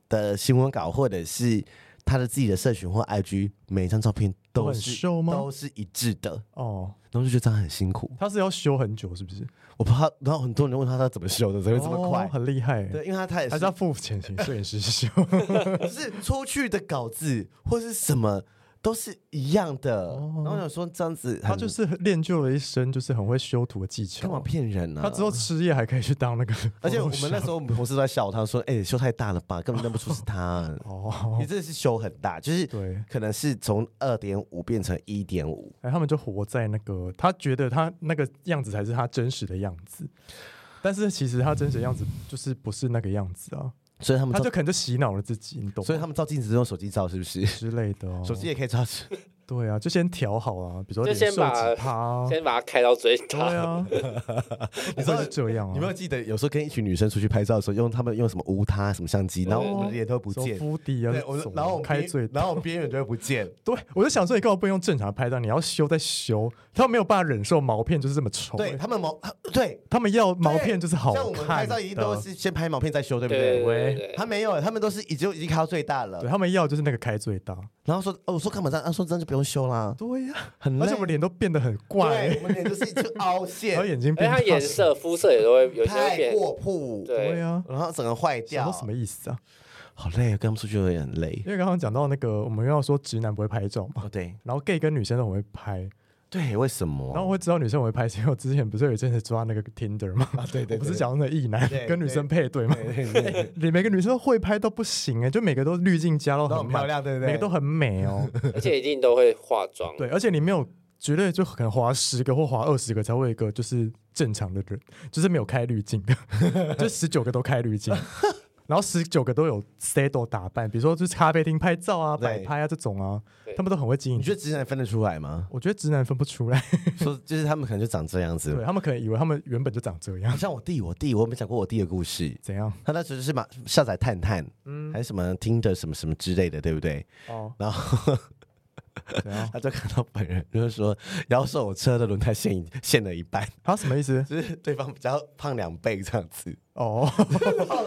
B: 的新闻稿或者是她的自己的社群或 IG 每一张照片
A: 都
B: 都
A: 很
B: 是
A: 瘦吗
B: 都是一致的。
A: 哦，
B: 然后就觉得这样很辛苦，
A: 她是要修很久是不是？
B: 我怕她。然后很多人问她她怎么修的，怎么这么快？
A: 哦很厉害。
B: 对，因为她她也
A: 还
B: 是
A: 是要付钱请摄影师修。
B: 就是出去的稿子或是什么都是一样的。然后我想说这样子很，
A: 他就是练就了一身就是很会修图的技巧。
B: 干嘛骗人呢、
A: 他之后失业还可以去当那个，
B: 而且我们那时候，我们同事都在笑他说：“哎、修太大了吧，根本认不出是 他。
A: 哦
B: 你，真的是修很大，就是
A: 对，
B: 可能是从二点五变成一点五。
A: 哎，他们就活在那个他觉得他那个样子才是他真实的样子，但是其实他真实的样子就是不是那个样子啊，
B: 嗯所以他们
A: 他
B: 照
A: 就可能就洗脑了自己，你懂吗？
B: 所以他们照镜子是用手机照，是不是？
A: 之类的哦，
B: 手机也可以照，
A: 对啊，就先调好啊，比如说
C: 就
A: 脸
C: 先
A: 瘦
C: 把
A: 几趴啊，
C: 先把它开到最
A: 对
C: 大，
A: 啊，你
B: 知道
A: 是这样啊，
B: 你有没有记得有时候跟一群女生出去拍照的时候，用他们用什么无他什么相机，然后我们的脸都不
A: 哦手
B: 见。
A: 敷底啊
B: 对，，我
A: 手
B: 然后我
A: 开
B: 边
A: 最
B: 然后我边缘就会不见。
A: 对，我就想说，你根本不用正常拍照，你要修再修，他们没有办法忍受毛片就是这么丑、
B: 对
A: 欸
B: 他们毛，对
A: 他们要毛片就是好看
B: 像我们拍照一定都
A: 的
B: 是先拍毛片再修，对不
C: 对对
B: 对？
C: 对
A: 喂
C: 对
B: 他没有，他们都是已经已经开到最大了
A: 对。他们要就是那个开最大。
B: 然后说，哦，我说干嘛这样？他、说这样就不用修啦，
A: 对呀、
B: 很累。
A: 而且我们脸都变得很怪、
B: 对，
A: 欸，
B: 我们脸就是就凹陷
A: 然后，眼睛
C: 而且
A: 变
C: 它
A: 大
C: 颜色、肤色也都会有些会
B: 太
C: 变，
B: 过曝，
C: 对
A: 对啊，
B: 然后整个坏
A: 想
B: 掉
A: 到，什么意思啊？
B: 好累，跟他们出去有点累。
A: 因为刚刚讲到那个，我们要说直男不会拍照嘛，
B: 哦，对
A: 然后 gay 跟女生都很会拍，
B: 对，为什
A: 然后
B: 么？
A: 我会知道女生很会拍，是因为我之前不是有一阵子抓那个 Tinder 嘛，
B: 对对
A: 我不是讲那个异男
B: 对
A: 跟女生配对嘛，
B: 对，
A: 里每个女生都会拍到不行哎、欸，就每个都滤镜加到
B: 都
A: 很
B: 很漂亮，对不对？
A: 每个都很美 哦。
C: 而且一定都会化妆。
A: 对，而且你没有绝对就可能滑十个或滑二十个才会有一个就是正常的人，就是没有开滤镜 的，就十九个都开滤镜，然后十九个都有 style 打扮，比如说就是咖啡厅拍照啊、摆
B: 对
A: 拍啊这种啊
C: 对，
A: 他们都很会经
B: 你
A: 营。？
B: 觉得直男分得出来吗
A: 我觉得直男分不出来，
B: 说就是他们可能就长这样子
A: 对。 他们可能以为他们原本就长这样，
B: 像我弟，我弟，我有没有讲过我弟的故事？
A: 怎样？
B: 他那时候就是马下载探探，嗯，还是什么听的什么什么之类的，对不对？
A: 哦，
B: 然后
A: 怎样？
B: 他就看到本人，就是说，然后说我车的轮胎陷一陷了一半，
A: 他、什么意 思？
B: 就是对方比较胖两倍这样子，
A: 哦，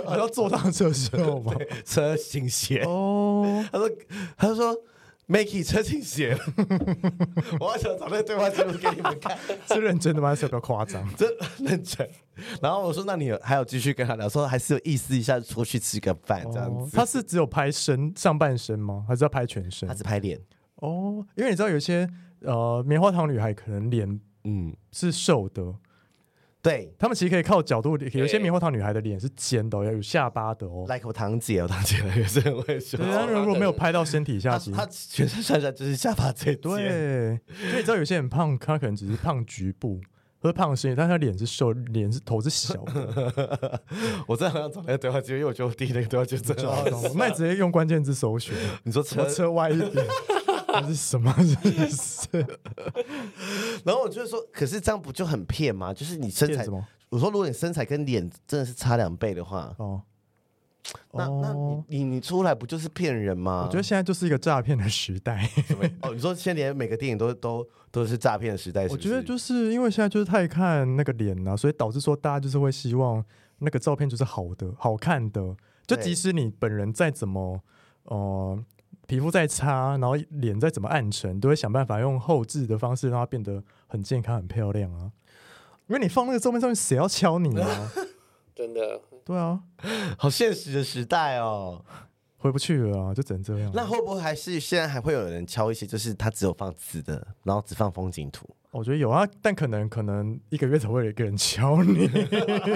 A: 他 要坐上车之后吗？
B: 车倾斜。
A: 哦，
B: 他说，他就说，Makey 车倾斜 了。我好想找那个对话记录给你们看，
A: 是认真的吗？还是有比较夸张？
B: 真认真。然后我说，那你有还有继续跟他聊，说还是有意思一下，出去吃个饭这样
A: 哦
B: 子。
A: 他是只有拍身上半身吗？还是要拍全身
B: 他？只拍脸，
A: 哦，因为你知道有一些呃棉花糖女孩可能脸
B: 嗯，
A: 是瘦的，
B: 对，
A: 他们其实可以靠角度，有一些棉花糖女孩的脸是尖的哦、有下巴的哦。
B: like 我堂姐，我堂姐也是很会说
A: 对，，她如果没有拍到身体下
B: 她
A: 肌，
B: 她全身上下就是下巴最尖，
A: 对，因为你知道有些人胖，他可能只是胖局部或者胖身体，但他脸是瘦，脸是头是小的。
B: 我真的很想找那个对话记录，因为我觉得我弟那个对话记录真的好笑。
A: 那你直接用关键字搜寻，
B: 你说
A: 什么
B: 车
A: 车歪一点，还是什么？真是
B: 然后我就说，可是这样不就很骗吗？就是你身
A: 骗
B: 材
A: 什，么？
B: 我说如果你身材跟脸真的是差两倍的话，
A: 哦，
B: 那那
A: 哦，
B: 你你嗯你出来不就是骗人吗？
A: 我觉得现在就是一个诈骗的时 代。
B: 什么哦，你说现在连每个电影都都都是诈骗的时代，是
A: 我
B: 不是
A: 觉得就是因为现在就是太看那个脸啊了、所以导致说大家就是会希望那个照片就是好的、好看的。就
B: 对
A: 即使你本人再怎么，呃，皮肤再差，然后脸再怎么暗沉，都会想办法用后置的方式让它变得很健康、很漂亮啊。因为你放那个照片上面，谁要敲你 啊？
C: 真的
A: 对啊，
B: 好现实的时代哦。
A: 回不去了啊，就只能这样。
B: 那会不会还是现在还会有人敲一些，就是他只有放字的，然后只放风景图？
A: 我觉得有啊，但可能可能一个月才会有一个人敲你，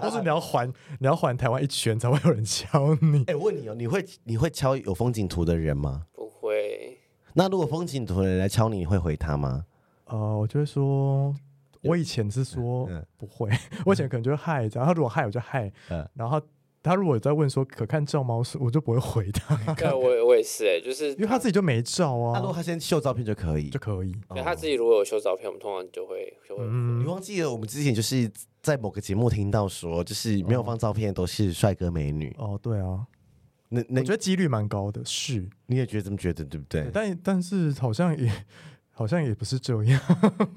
A: 或是你要环你要环台湾一圈才会有人敲你。
B: 哎、我问你哦，你会你会敲有风景图的人吗？
C: 不 会。
B: 那如果风景图的人来敲你，你会回他吗？
A: 呃，我就会说，我以前是说
B: 嗯
A: 不会，我以前可能就会嗨，然后他如果嗨我就嗨
B: 嗯，
A: 然后他他如果在问说可看照吗，我是我就不会回他，
C: 但我也我也是哎、就是
A: 因为他自己就没照
B: 那、如
A: 啊，
B: 果他先秀照哦片就可以
A: 就。可以。
C: 对他自己如果有修照片，我们通常就会就会
B: 你
A: 嗯，
B: 忘记了我们之前就是在某个节目听到说，就是没有放照片都是帅哥美女。
A: 哦，对啊，
B: 那那
A: 我觉得几率蛮高的，是，
B: 你也觉得这么觉得对不对？
A: 但但是好像也好像也不是这样，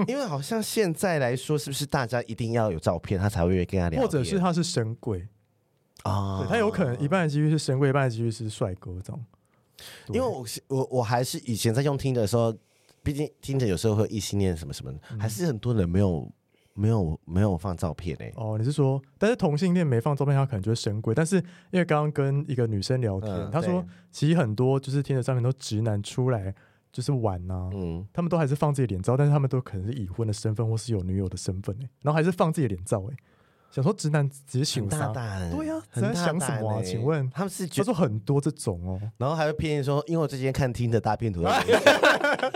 B: 因为好像现在来说，是不是大家一定要有照片，他才会跟他聊天？
A: 或者是他是神鬼，
B: 啊
A: 对，他有可能一半的几率是神鬼，一半的几率是帅哥这样。对
B: 因为我是我我还是以前在用听的时候，毕竟听着有时候会有异性恋什么什么的，
A: 嗯
B: 还是很多人没有没有没有放照片哎、
A: 哦，你是说，但是同性恋没放照片，他可能就会神鬼。但是因为刚刚跟一个女生聊天，
B: 嗯
A: 她说
B: 对
A: 其实很多就是听着上面都直男出来就是玩呐、
B: 嗯，
A: 他们都还是放自己的脸照，但是他们都可能是已婚的身份或是有女友的身份、欸、然后还是放自己的脸照哎、想说直男直接羞
B: 很 大
A: 杀，
B: 胆，
A: 对呀、
B: 很
A: 在
B: 大
A: 想什
B: 胆
A: 么啊？
B: 欸
A: 请问，
B: 他们是觉
A: 他说
B: 得，
A: 很多这种哦，
B: 然后还会骗你说，因为我最近看听的大 片图，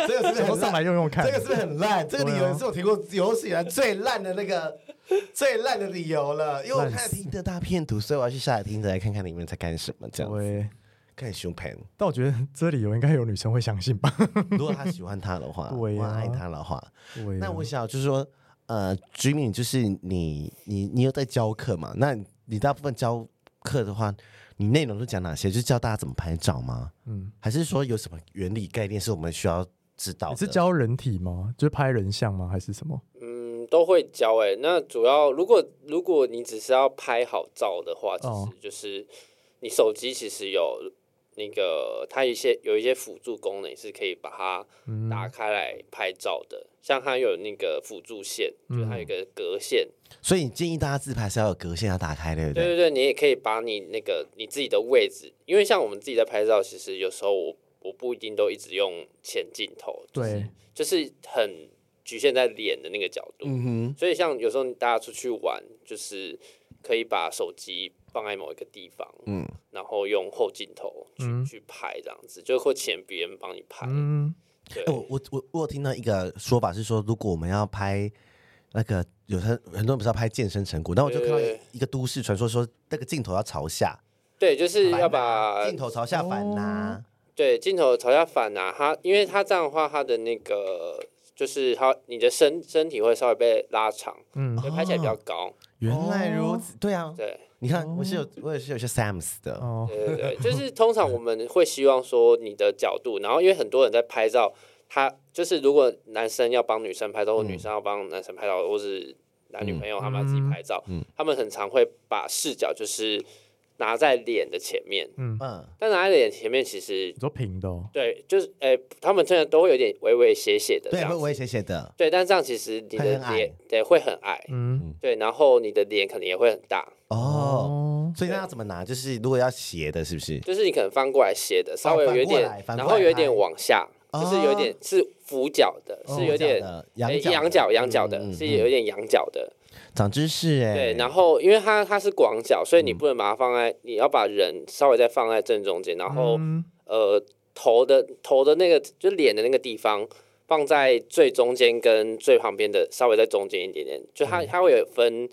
B: 这个是不是
A: 想说
B: 很
A: 上
B: 烂？
A: 来用用看，
B: 这个是不是很烂？这个理
A: 对
B: 由
A: 啊
B: 是我听过有史以来最烂的那个 最烂的理由了，因为我
A: 烂
B: 看了
A: 死
B: 听的大片图，所以我要去下载听的来看看里面在干什么，这样
A: 对。
B: 看胸盆。
A: 但我觉得这里有应该有女生会相信吧？
B: 如果他喜欢他的话，
A: 对
B: 我
A: 啊
B: 爱他的话，
A: 对
B: 那
A: 啊
B: 我想就是说，呃，Jimmy，就是你你你有在教课嘛？那你大部分教课的话，你内容都讲哪些？就是教大家怎么拍照吗？
A: 嗯，
B: 还是说有什么原理概念是我们需要知道
A: 你
B: 的？
A: 是教人体吗？就是拍人像吗？还是什么？
C: 嗯都会教哎、那主要如果如果你只是要拍好照的话，其
A: 哦
C: 实就是你手机其实有那个它一些有一些辅助功能是可以把它
A: 嗯，
C: 打开来拍照的，像它有那个辅助线，就是
A: 嗯
C: 它有一个格线，
B: 所以你建议大家自拍是要有格线要打开，对不
C: 对
B: 对？
C: 对对，你也可以把你那个你自己的位置，因为像我们自己在拍照，其实有时候我我不一定都一直用前镜头，
A: 对，
C: 就是很局限在脸的那个角度。
B: 嗯
C: 所以像有时候大家出去玩，就是可以把手机放在某一个地方，
B: 嗯
C: 嗯，然后用后镜头去、
A: 嗯
C: 去拍这样子，就会请别人帮你拍。
A: 嗯，
C: 对，
B: 哼，我我我我有听到一个说法是说，如果我们要拍那个有很很多人不是要拍健身成果，那我就看到
C: 对
B: 一个都市传说说那个镜头要朝下，
C: 对，就是
B: 反
C: 要
B: 啊
C: 把
B: 镜头朝下反呐、
C: 对镜头朝下反啊，它因为它这样的话，它的那个就是它你的身身体会稍微被拉长，
A: 嗯
C: 嗯，就拍起来比较
B: 哦
C: 高。
B: 原来如此，对啊，
C: 对
B: 你看我是有我也是有些 Sam's 的，
A: 哦，
C: 对对对，就是通常我们会希望说你的角度，然后因为很多人在拍照，他就是如果男生要帮女生拍照，或女生要帮男生拍照，或是男女朋友他们要自己拍照，
B: 嗯
C: 他们很常会把视角就是拿在脸的前面，
B: 嗯，
C: 但拿在脸前面其实
A: 你说平的哦，
C: 对，就是呃，他们真的都会有点微微斜斜的这
B: 对，
C: 样
B: 会
C: 子
B: 我也写写的，
C: 对，但这样其实你
B: 会
C: 的
B: 很矮
C: 脸对会很矮，
A: 嗯，
C: 对，然后你的脸可能也会很大，
B: 哦，
A: 哦，
B: 所以那要怎么拿？就是如果要斜的，是不是？
C: 就是你可能翻过来斜的，稍微
B: 哦翻
C: 有一
B: 过
C: 点
B: 来，翻过
C: 然
B: 来
C: 后有一
B: 拍
C: 点往下，就是有点是俯角的，
B: 哦
C: 是有点
B: 哦
C: 诶
B: 羊角的
C: 仰角仰角的
B: 嗯嗯，
C: 是
B: 嗯
C: 有点仰角的。
B: 长知识哎，
C: 对，然后因为它它是广角，所以
B: 嗯
C: 你不能把它放在，你要把人稍微再放在正中间，然后
A: 嗯
C: 呃头的头的那个就脸的那个地方放在最中间跟最旁边的稍微在中间一点点，就它它会有分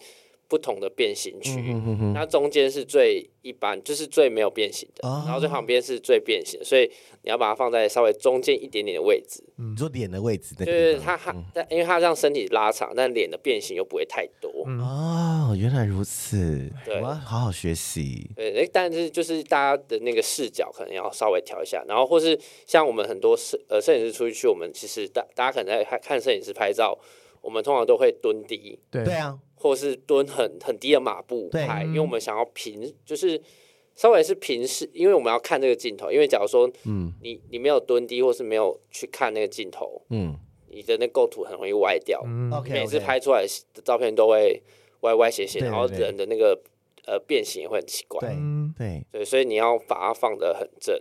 C: 不同的变形区。
B: 嗯哼哼
C: 那中间是最一般，就是最没有变形的，
B: 哦
C: 然后最旁边是最变形的，所以你要把它放在稍微中间一点点的位置，
B: 你说脸的位置那
C: 就
B: 个
C: 是
B: 地方
C: 它它，但因为它让身体拉长，但脸的变形又不会太多。
B: 哦，原来如此，我
C: 对
B: 要好好学习。
C: 对，诶但是就是大家的那个视角可能要稍微调一下，然后或是像我们很多摄呃摄影师出去，我们其实大大家可能在看看摄影师拍照，我们通常都会蹲低，
A: 对
B: 对啊，
C: 或是蹲很很低的马步
B: 对
C: 拍，因为我们想要平，就是稍微是平视，因为我们要看这个镜头，因为假如说
B: 嗯
C: 你你没有蹲低或是没有去看那个镜头，
B: 嗯
C: 你的那构图很容易歪掉，
A: 嗯
B: ，OK，
C: 每次拍出来的照片都会歪歪斜斜，
B: 对
C: 然后
B: 对对
C: 人的那个呃变形也会很奇怪。
B: 对
A: 嗯
B: 对
C: 对，所以你要把它放得很正。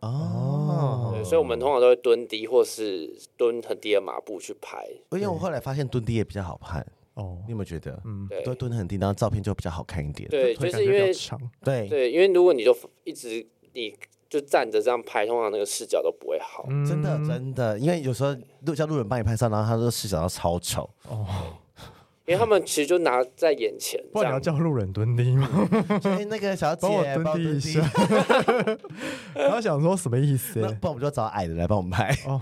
B: 哦
A: 哦，
C: 对，所以我们通常都会蹲低或是蹲很低的马步去拍。
B: 因为我后来发现蹲低也比较好看，
A: 哦
B: 你有没有觉得？
A: 嗯，
C: 对
B: 都，蹲得很低，然后照片就比较好看一点。
C: 对，就
A: 腿感
C: 是
A: 觉
C: 因
A: 比较
C: 为
A: 长，
B: 对
C: 对，因为如果你就一直你就站着这样拍，通常那个视角都不会好。
A: 嗯
B: 哦真的真的，因为有时候路叫路人帮你拍照，然后他说视角要 超丑，
A: 哦，
C: 因为他们其实就拿在眼前
A: 不
C: 这
A: 然你要
C: 样。
A: 叫路人蹲低吗？
B: 所以那个小 姐
A: 帮我蹲
B: 帮我
A: 低
B: 蹲
A: 一
B: 低
A: 下， 然后想说什么意思
B: 那？不然我们就找矮的来帮我 们拍。
A: 哦，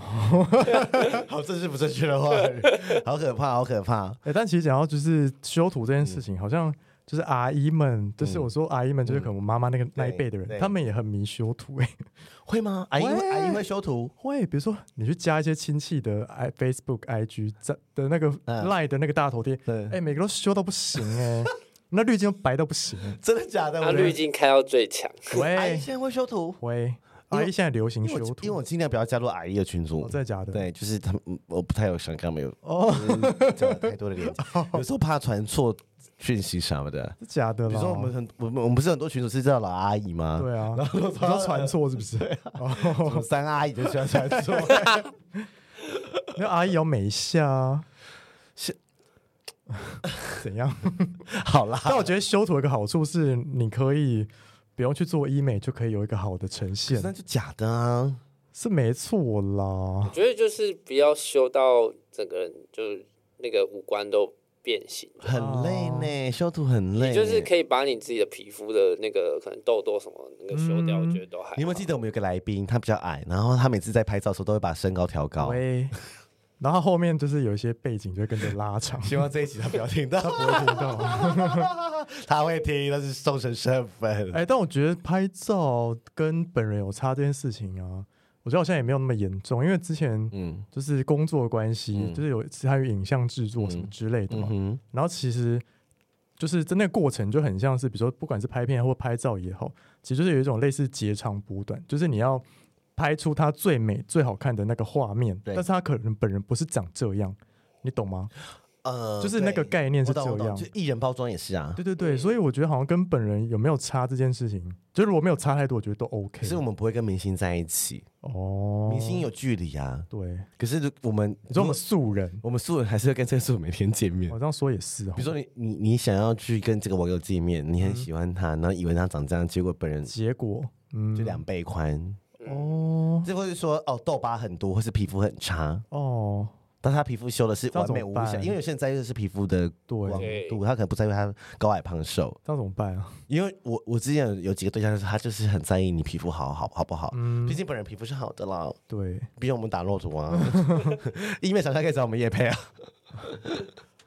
B: 好正式不正确的话语，好可怕，好可怕。
A: 哎，但其实讲到就是修图这件事情，好像。就是阿姨们，就是
B: 嗯
A: 我说阿姨们，就是可能我妈妈那个那一辈的
B: 对
A: 人，
B: 对
A: 他们也很迷修图哎、
B: 会吗？阿姨会，
A: 喂
B: 阿姨会修图。
A: 会，比如说你去加一些亲戚的 i Facebook、IG 在的那个
B: 嗯
A: Line 的那个大头贴，
B: 对
A: 哎、每个都修到不行哎、那滤镜都白到不 行、欸。
B: 真的假的？
C: 那
B: 我
C: 滤镜开到最强，
B: 阿姨
A: 喂
B: 现在会修图，
A: 喂，阿姨现在流行
B: 哎因为
A: 哎修
B: 我
A: 图，
B: 因为我尽量不要加入阿姨的群组
A: 哦、。真的假的？，
B: 对，就是他们，嗯我不太有想跟他们有哦，就是交往太多 的连接，
A: 哦
B: 有时候怕传错讯息什么的。
A: 是假的啦。
B: 比如说我们很，我们我们不是很多群主是叫老阿姨吗？
A: 对啊，然
B: 后啊
A: 后
B: 都
A: 都传错是不是？哦
B: 什么三阿姨就喜欢传 错。
A: 那阿姨要美一下啊，
B: 是
A: 怎样？
B: 好啦，
A: 但我觉得修图有一个好处是，你可以不用去做医美，就可以有一个好的呈现
B: 那，就假的啊。
A: 是没错啦
C: 我。觉得就是不要修到整个人就是那个五官都变形。
B: 很累
A: 哦
B: 呢，修图很累。
C: 你就是可以把你自己的皮肤的那个可能痘痘什么那个修掉，我觉得都还好。
B: 你有没有记得我们有个来宾，他比较矮，然后他每次在拍照的时候都会把身高调高。
A: 喂， 然后后面就是有一些背景就会跟着拉 长。
B: 希望这一集他不要听到， 不会听到，他会听，那是忠诚身份。
A: 哎、但我觉得拍照跟本人有差这件事情啊，我觉得好像也没有那么严重，因为之前
B: 嗯
A: 就是工作的关系，
B: 嗯
A: 就是有参与影像制作什么之类的嘛。
B: 嗯哼，
A: 然后其实就是真的过程就很像是，比如说不管是拍片或拍照也好，其实就是有一种类似截长补短，就是你要拍出它最美、最好看的那个画面，
B: 对
A: 但是它可能本人不是长这样，你懂吗？
B: 呃
A: 就是那个概念是
B: 我
A: 这
B: 懂我懂，
A: 样
B: 就。艺人包装也是啊
A: 对。对对，所以我觉得好像跟本人有没有差这件事情，就如果没有差太多，我觉得都 OK
B: 可。是我们不会跟明星在一起，
A: 哦，
B: 明星有距离啊。
A: 对，
B: 可是如我们，
A: 你说我
B: 如
A: 们
B: 果
A: 素人，
B: 我们素人还是会跟这个素人每天见面
A: 我。这样说也是哦
B: 比如。说你你你想要去跟这个网友见面，你
A: 嗯
B: 很喜欢他，然后以为他长这样，结果本人
A: 结果，嗯，
B: 就两倍宽，
A: 哦
B: 这或是说哦痘疤很多，或是皮肤很差，
A: 哦，
B: 但他皮肤修的是
A: 这样
B: 完
A: 怎么
B: 美无瑕，
A: 办
B: 因为有些人在意的是皮肤的光
A: 对，
C: 对
B: 度，他可能不在意他高矮胖瘦。
A: 这样怎么办啊？
B: 因为我我之前有有几个对象，就是他就是很在意你皮肤好好好不好，
A: 嗯
B: 毕，竟本人皮肤是好的啦，
A: 对，
B: 毕竟我们打肉毒啊， 医美厂商可以找我们叶配啊，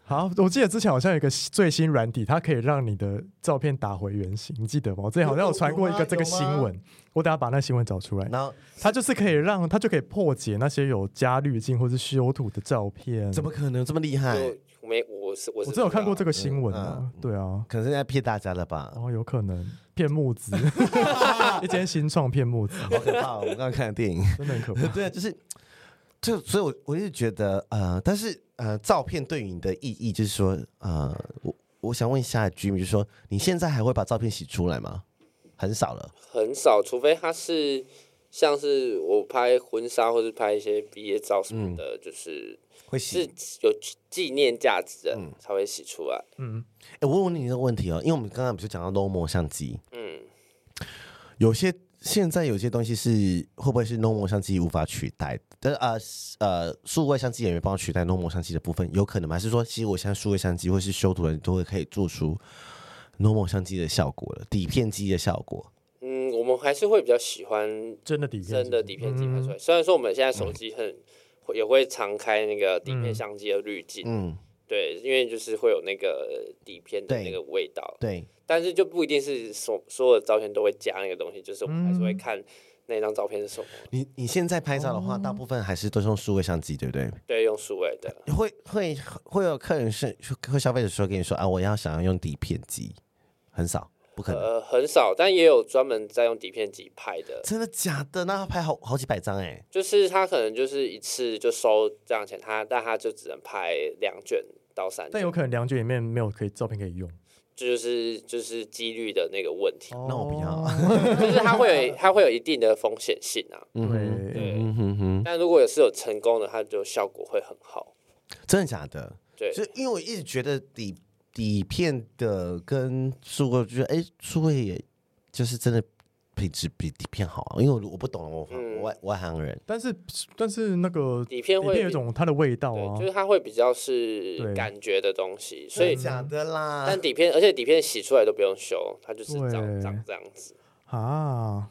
A: 好，我记得之前好像有一个最新软体，它可以让你的照片打回原形，你记得吗？我之前好像有传过一个这个新
B: 有
A: 闻，我等下把那新闻找出来。
B: 然后
A: 它就是可以让它就可以破解那些有加滤镜或是修图的照片。
B: 怎么？可能这么厉害？
C: 就我没我是嗯我
A: 我
C: 是
A: 真有看过这
C: 个，
A: 个新闻啊，对啊，
B: 可能是在骗大家了吧？
A: 然后有可能骗木 子，一间新创骗木子，
B: 好可怕、哦！我刚刚看的电影，
A: 真的很可怕。
B: 对，就是就所以我，我就觉得呃，但是呃，照片对于你的意义，就是说呃，我我想问一下 Jimmy，就是说你现在还会把照片洗出来吗？很少了，
C: 很少，除非他是像是我拍婚纱或是拍一些毕业照什么的，就是
B: 会
C: 是
B: 洗。嗯
C: 有纪念价值的才会洗出来。
A: 嗯，
B: 哎、我问你一个问题哦，因为我们刚刚不是讲到 normal 相机，
C: 嗯，
B: 有些现在有些东西是会不会是 normal 相机无法取代？但是呃是呃，数位相机也没办法取代 normal 相机的部分，有可能吗？还是说，其实我现在数位相机或是修图人都会可以做出 normal 相机的效果了，底片机的效果？
C: 嗯，我们还是会比较喜欢
A: 真的底片，
C: 真的底片
B: 嗯
C: 机拍出来。虽然说我们现在手机很、会也会常开那个底片相机的滤镜，
B: 嗯，
C: 对，因为就是会有那个底片的
B: 对
C: 那个味道，
B: 对，
C: 但是就不一定是所所有的照片都会加那个东西，就是我们还是
B: 嗯
C: 会看那张照片是什么，
B: 你你现在拍照的话，大部分还是都是用数位相机，对不对？
C: 对，用数位的，
B: 会会会有客人是会消费者说跟你说啊，我要想要用底片机，很少，不可能，
C: 呃，很少，但也有专门在用底片机拍的，
B: 真的假的？那他拍好好几百张哎、
C: 就是他可能就是一次就收这样钱，他但他就只能拍两卷到三卷，
A: 但有可能两卷里面没有可以照片可以用。
C: 这就是就是几率的那个问题，
A: 那
B: 那我不要
A: 哦
C: 就是它会有它会有一定的风险性啊。
B: 嗯哼，
A: 对，
B: 嗯哼哼，
C: 但如果有是有成功的，它就效果会很好。
B: 真的假的？
C: 对，
B: 就因为我一直觉得底底片的跟数位，就是哎，数位也就是真的品质比底片好啊，因为我我不懂，我
C: 嗯
B: 我外外行人，
A: 但是但是那个底
C: 底片会
A: 片有一种它的味道
C: 对，
A: 啊
C: 就，是它会比较
A: 对嗯
C: 是感觉的东西，所以
B: 真的假的啦，
C: 但底片，而且底片洗出来都不用修，它就是
A: 对
C: 长长这样子。
A: 啊，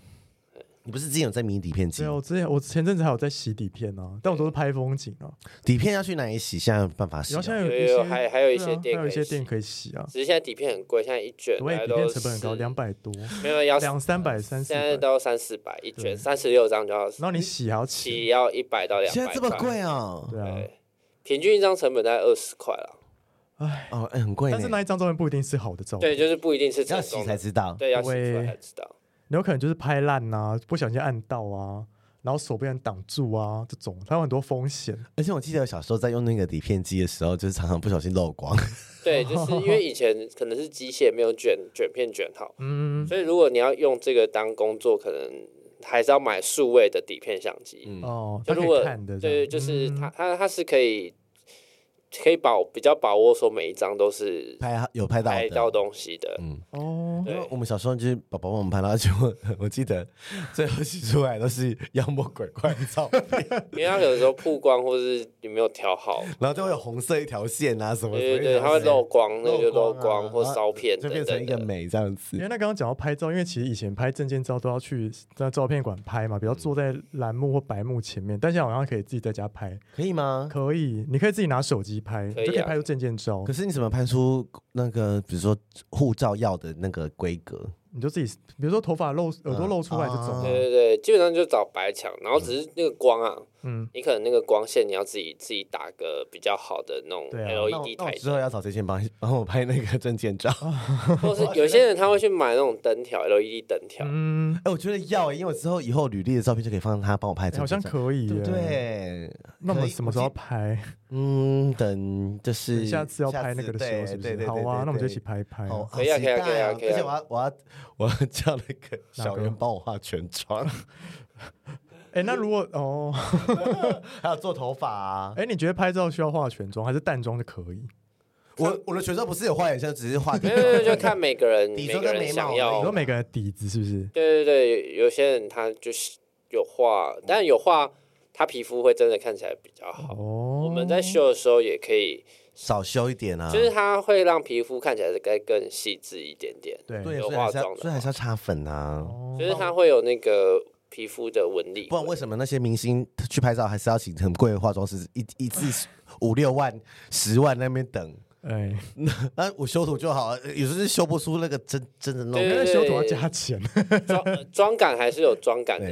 B: 你不是之前有在迷底片机
A: 对啊，？我之前我前阵子还有在洗底片啊，但我都是拍风景啊，
B: 底片要去哪里洗？现在有办法洗
A: 然后
B: 啊？
A: 现在
C: 有
A: 一
C: 有
A: 些
C: 有还还有一
A: 对啊
C: 些店
A: 还有一
C: 可以
A: 些
C: 洗
A: 店可以洗啊，
C: 只是现在底片很贵，现在一卷
A: 所以
C: 大概
A: 底
C: 都
A: 片成本很高，
C: 是
A: 两百多，
C: 没有要
A: 两三百三四
C: 现
A: 百，
C: 在
A: 然
C: 都三四百一
A: 对
C: 卷，三十六张就要
A: 后你洗还要钱，
C: 洗要一百到两百，
B: 现在这么贵啊？
A: 对啊，
C: 对，平均一张成本大概二十块了。
B: 哦，哎，很贵呢。
A: 但是那一张照片不一定是好的照
C: 对，
A: 片，
C: 就是不一定是成
B: 要
C: 功
B: 洗才
C: 的，
B: 知道。
C: 对，要洗出
A: 对
C: 来才知道。
A: 你有可能就是拍烂呐，不小心按到啊，然后手被人挡住啊，这种它有很多风险，
B: 而且我记得我小时候在用那个底片机的时候，就是常常不小心漏 光。
C: 对，就是因为以前可能是机械没有卷卷片卷好，
A: 嗯
C: 所以如果你要用这个当工作，可能还是要买数位的底片相机。
B: 嗯
A: 哦，
C: 就
A: 它可
C: 如
A: 以
C: 果
A: 看的这样，
C: 对，就是
A: 嗯
C: 它它它是可以可以保比较把握说每一张都是
B: 拍有拍到
C: 拍
B: 的，
C: 到东西的。
B: 嗯，
A: 哦，
B: 因为
C: 对
B: 我们小时候就是爸爸帮我们拍，然后就我记得最后洗出来都是妖魔鬼怪的照片，
C: 因为它有时候曝光或是你没有调好，
B: 然后就会有红色一条线啊什么，
C: 对对
B: 什么一条
C: 对，它会
B: 线
C: 漏光，那个就
B: 漏
C: 漏
B: 光啊
C: 光或
B: 然后
C: 烧片
B: 就
C: 等
B: 变
C: 等
B: 成一个
C: 的。
B: 美这样
A: 因
B: 子。
A: 为那刚刚讲到拍照，因为其实以前拍证件照都要去在照片馆拍嘛，比
C: 嗯
A: 较坐在栏幕或白幕前面，但现在好像可以自己在家拍，
B: 可以吗？
A: 可以，你可以自己拿手机拍，
C: 可以啊
A: 就可以拍出证件照
B: 可，是你怎么拍出那个，比如说护照要的那个规格？
A: 你就自己，比如说头发露、耳朵露出来这
B: 啊
A: 种，
C: 对对对，基本上就找白墙，然后只是那个光啊，
A: 嗯，
C: 你可能那个光线你要自己自己打个比较好的那种
A: 对啊
B: 那我
C: LED
B: 那我
C: 台
B: 之后
C: 灯，
B: 要找谁先帮 帮我拍那个证件照？
C: 或是有些人他会去买那种灯条 LED 灯条，
A: 嗯，
B: 哎、我觉得要、欸，因为我之后以后履历的照片就可以放他帮我拍证
A: 哎好像
B: 件照，
A: 可以，
B: 对不？对？
A: 那我
B: 可
A: 们
B: 以
A: 什么时候？拍？
B: 嗯，等就是
A: 等下次要
B: 下
A: 拍那个的时候，
B: 对
A: 是不
B: 对
A: 是？
B: 对，
A: 好啊，
B: 对
A: 那我们就一起。拍一拍
B: 对
A: 啊。
B: 好，
C: 可以啊
B: 好期待哦
C: 可以啊可以啊可以啊
B: 而且我要我要我要叫那个 小
A: 哪
B: 圆
A: 个
B: 帮我化全妆，
A: 哎，那如果哦，
B: 还有做头发啊。
A: 哎，你觉得拍照需要化全妆还是淡妆就可以？
B: 我我的全妆不是有画眼线，只是画
C: 没
B: 个
C: 有没有，就看每个人
B: 底
C: 每
B: 妆
C: 个
B: 跟
C: 人
B: 眉毛
C: 想
A: 你
C: 要
A: 说，每个人的底子是不是？
C: 对对对，有些人他就是有画，但有画他皮肤会真的看起来比较好。
A: 哦，
C: 我们在修的时候也可以，
B: 少修一点啊。
C: 就是它会让皮肤看起来该更细致一点点，
A: 对
B: 对，
C: 有
B: 所以还是要
C: 化妆的
B: 所以还是要擦粉啊。
A: 哦
C: 就是它会有那个皮肤的纹理
B: 不。然为什么那些明星去拍照还是要请很贵的化妆师， 一一次五六万、十万那边等？
A: 哎，
B: 那我修图就好了，呃有时候是修不出那个真真的那
A: 因
B: 种。
C: 对
A: 为修图要加钱，
C: 妆呃妆感还是有妆感的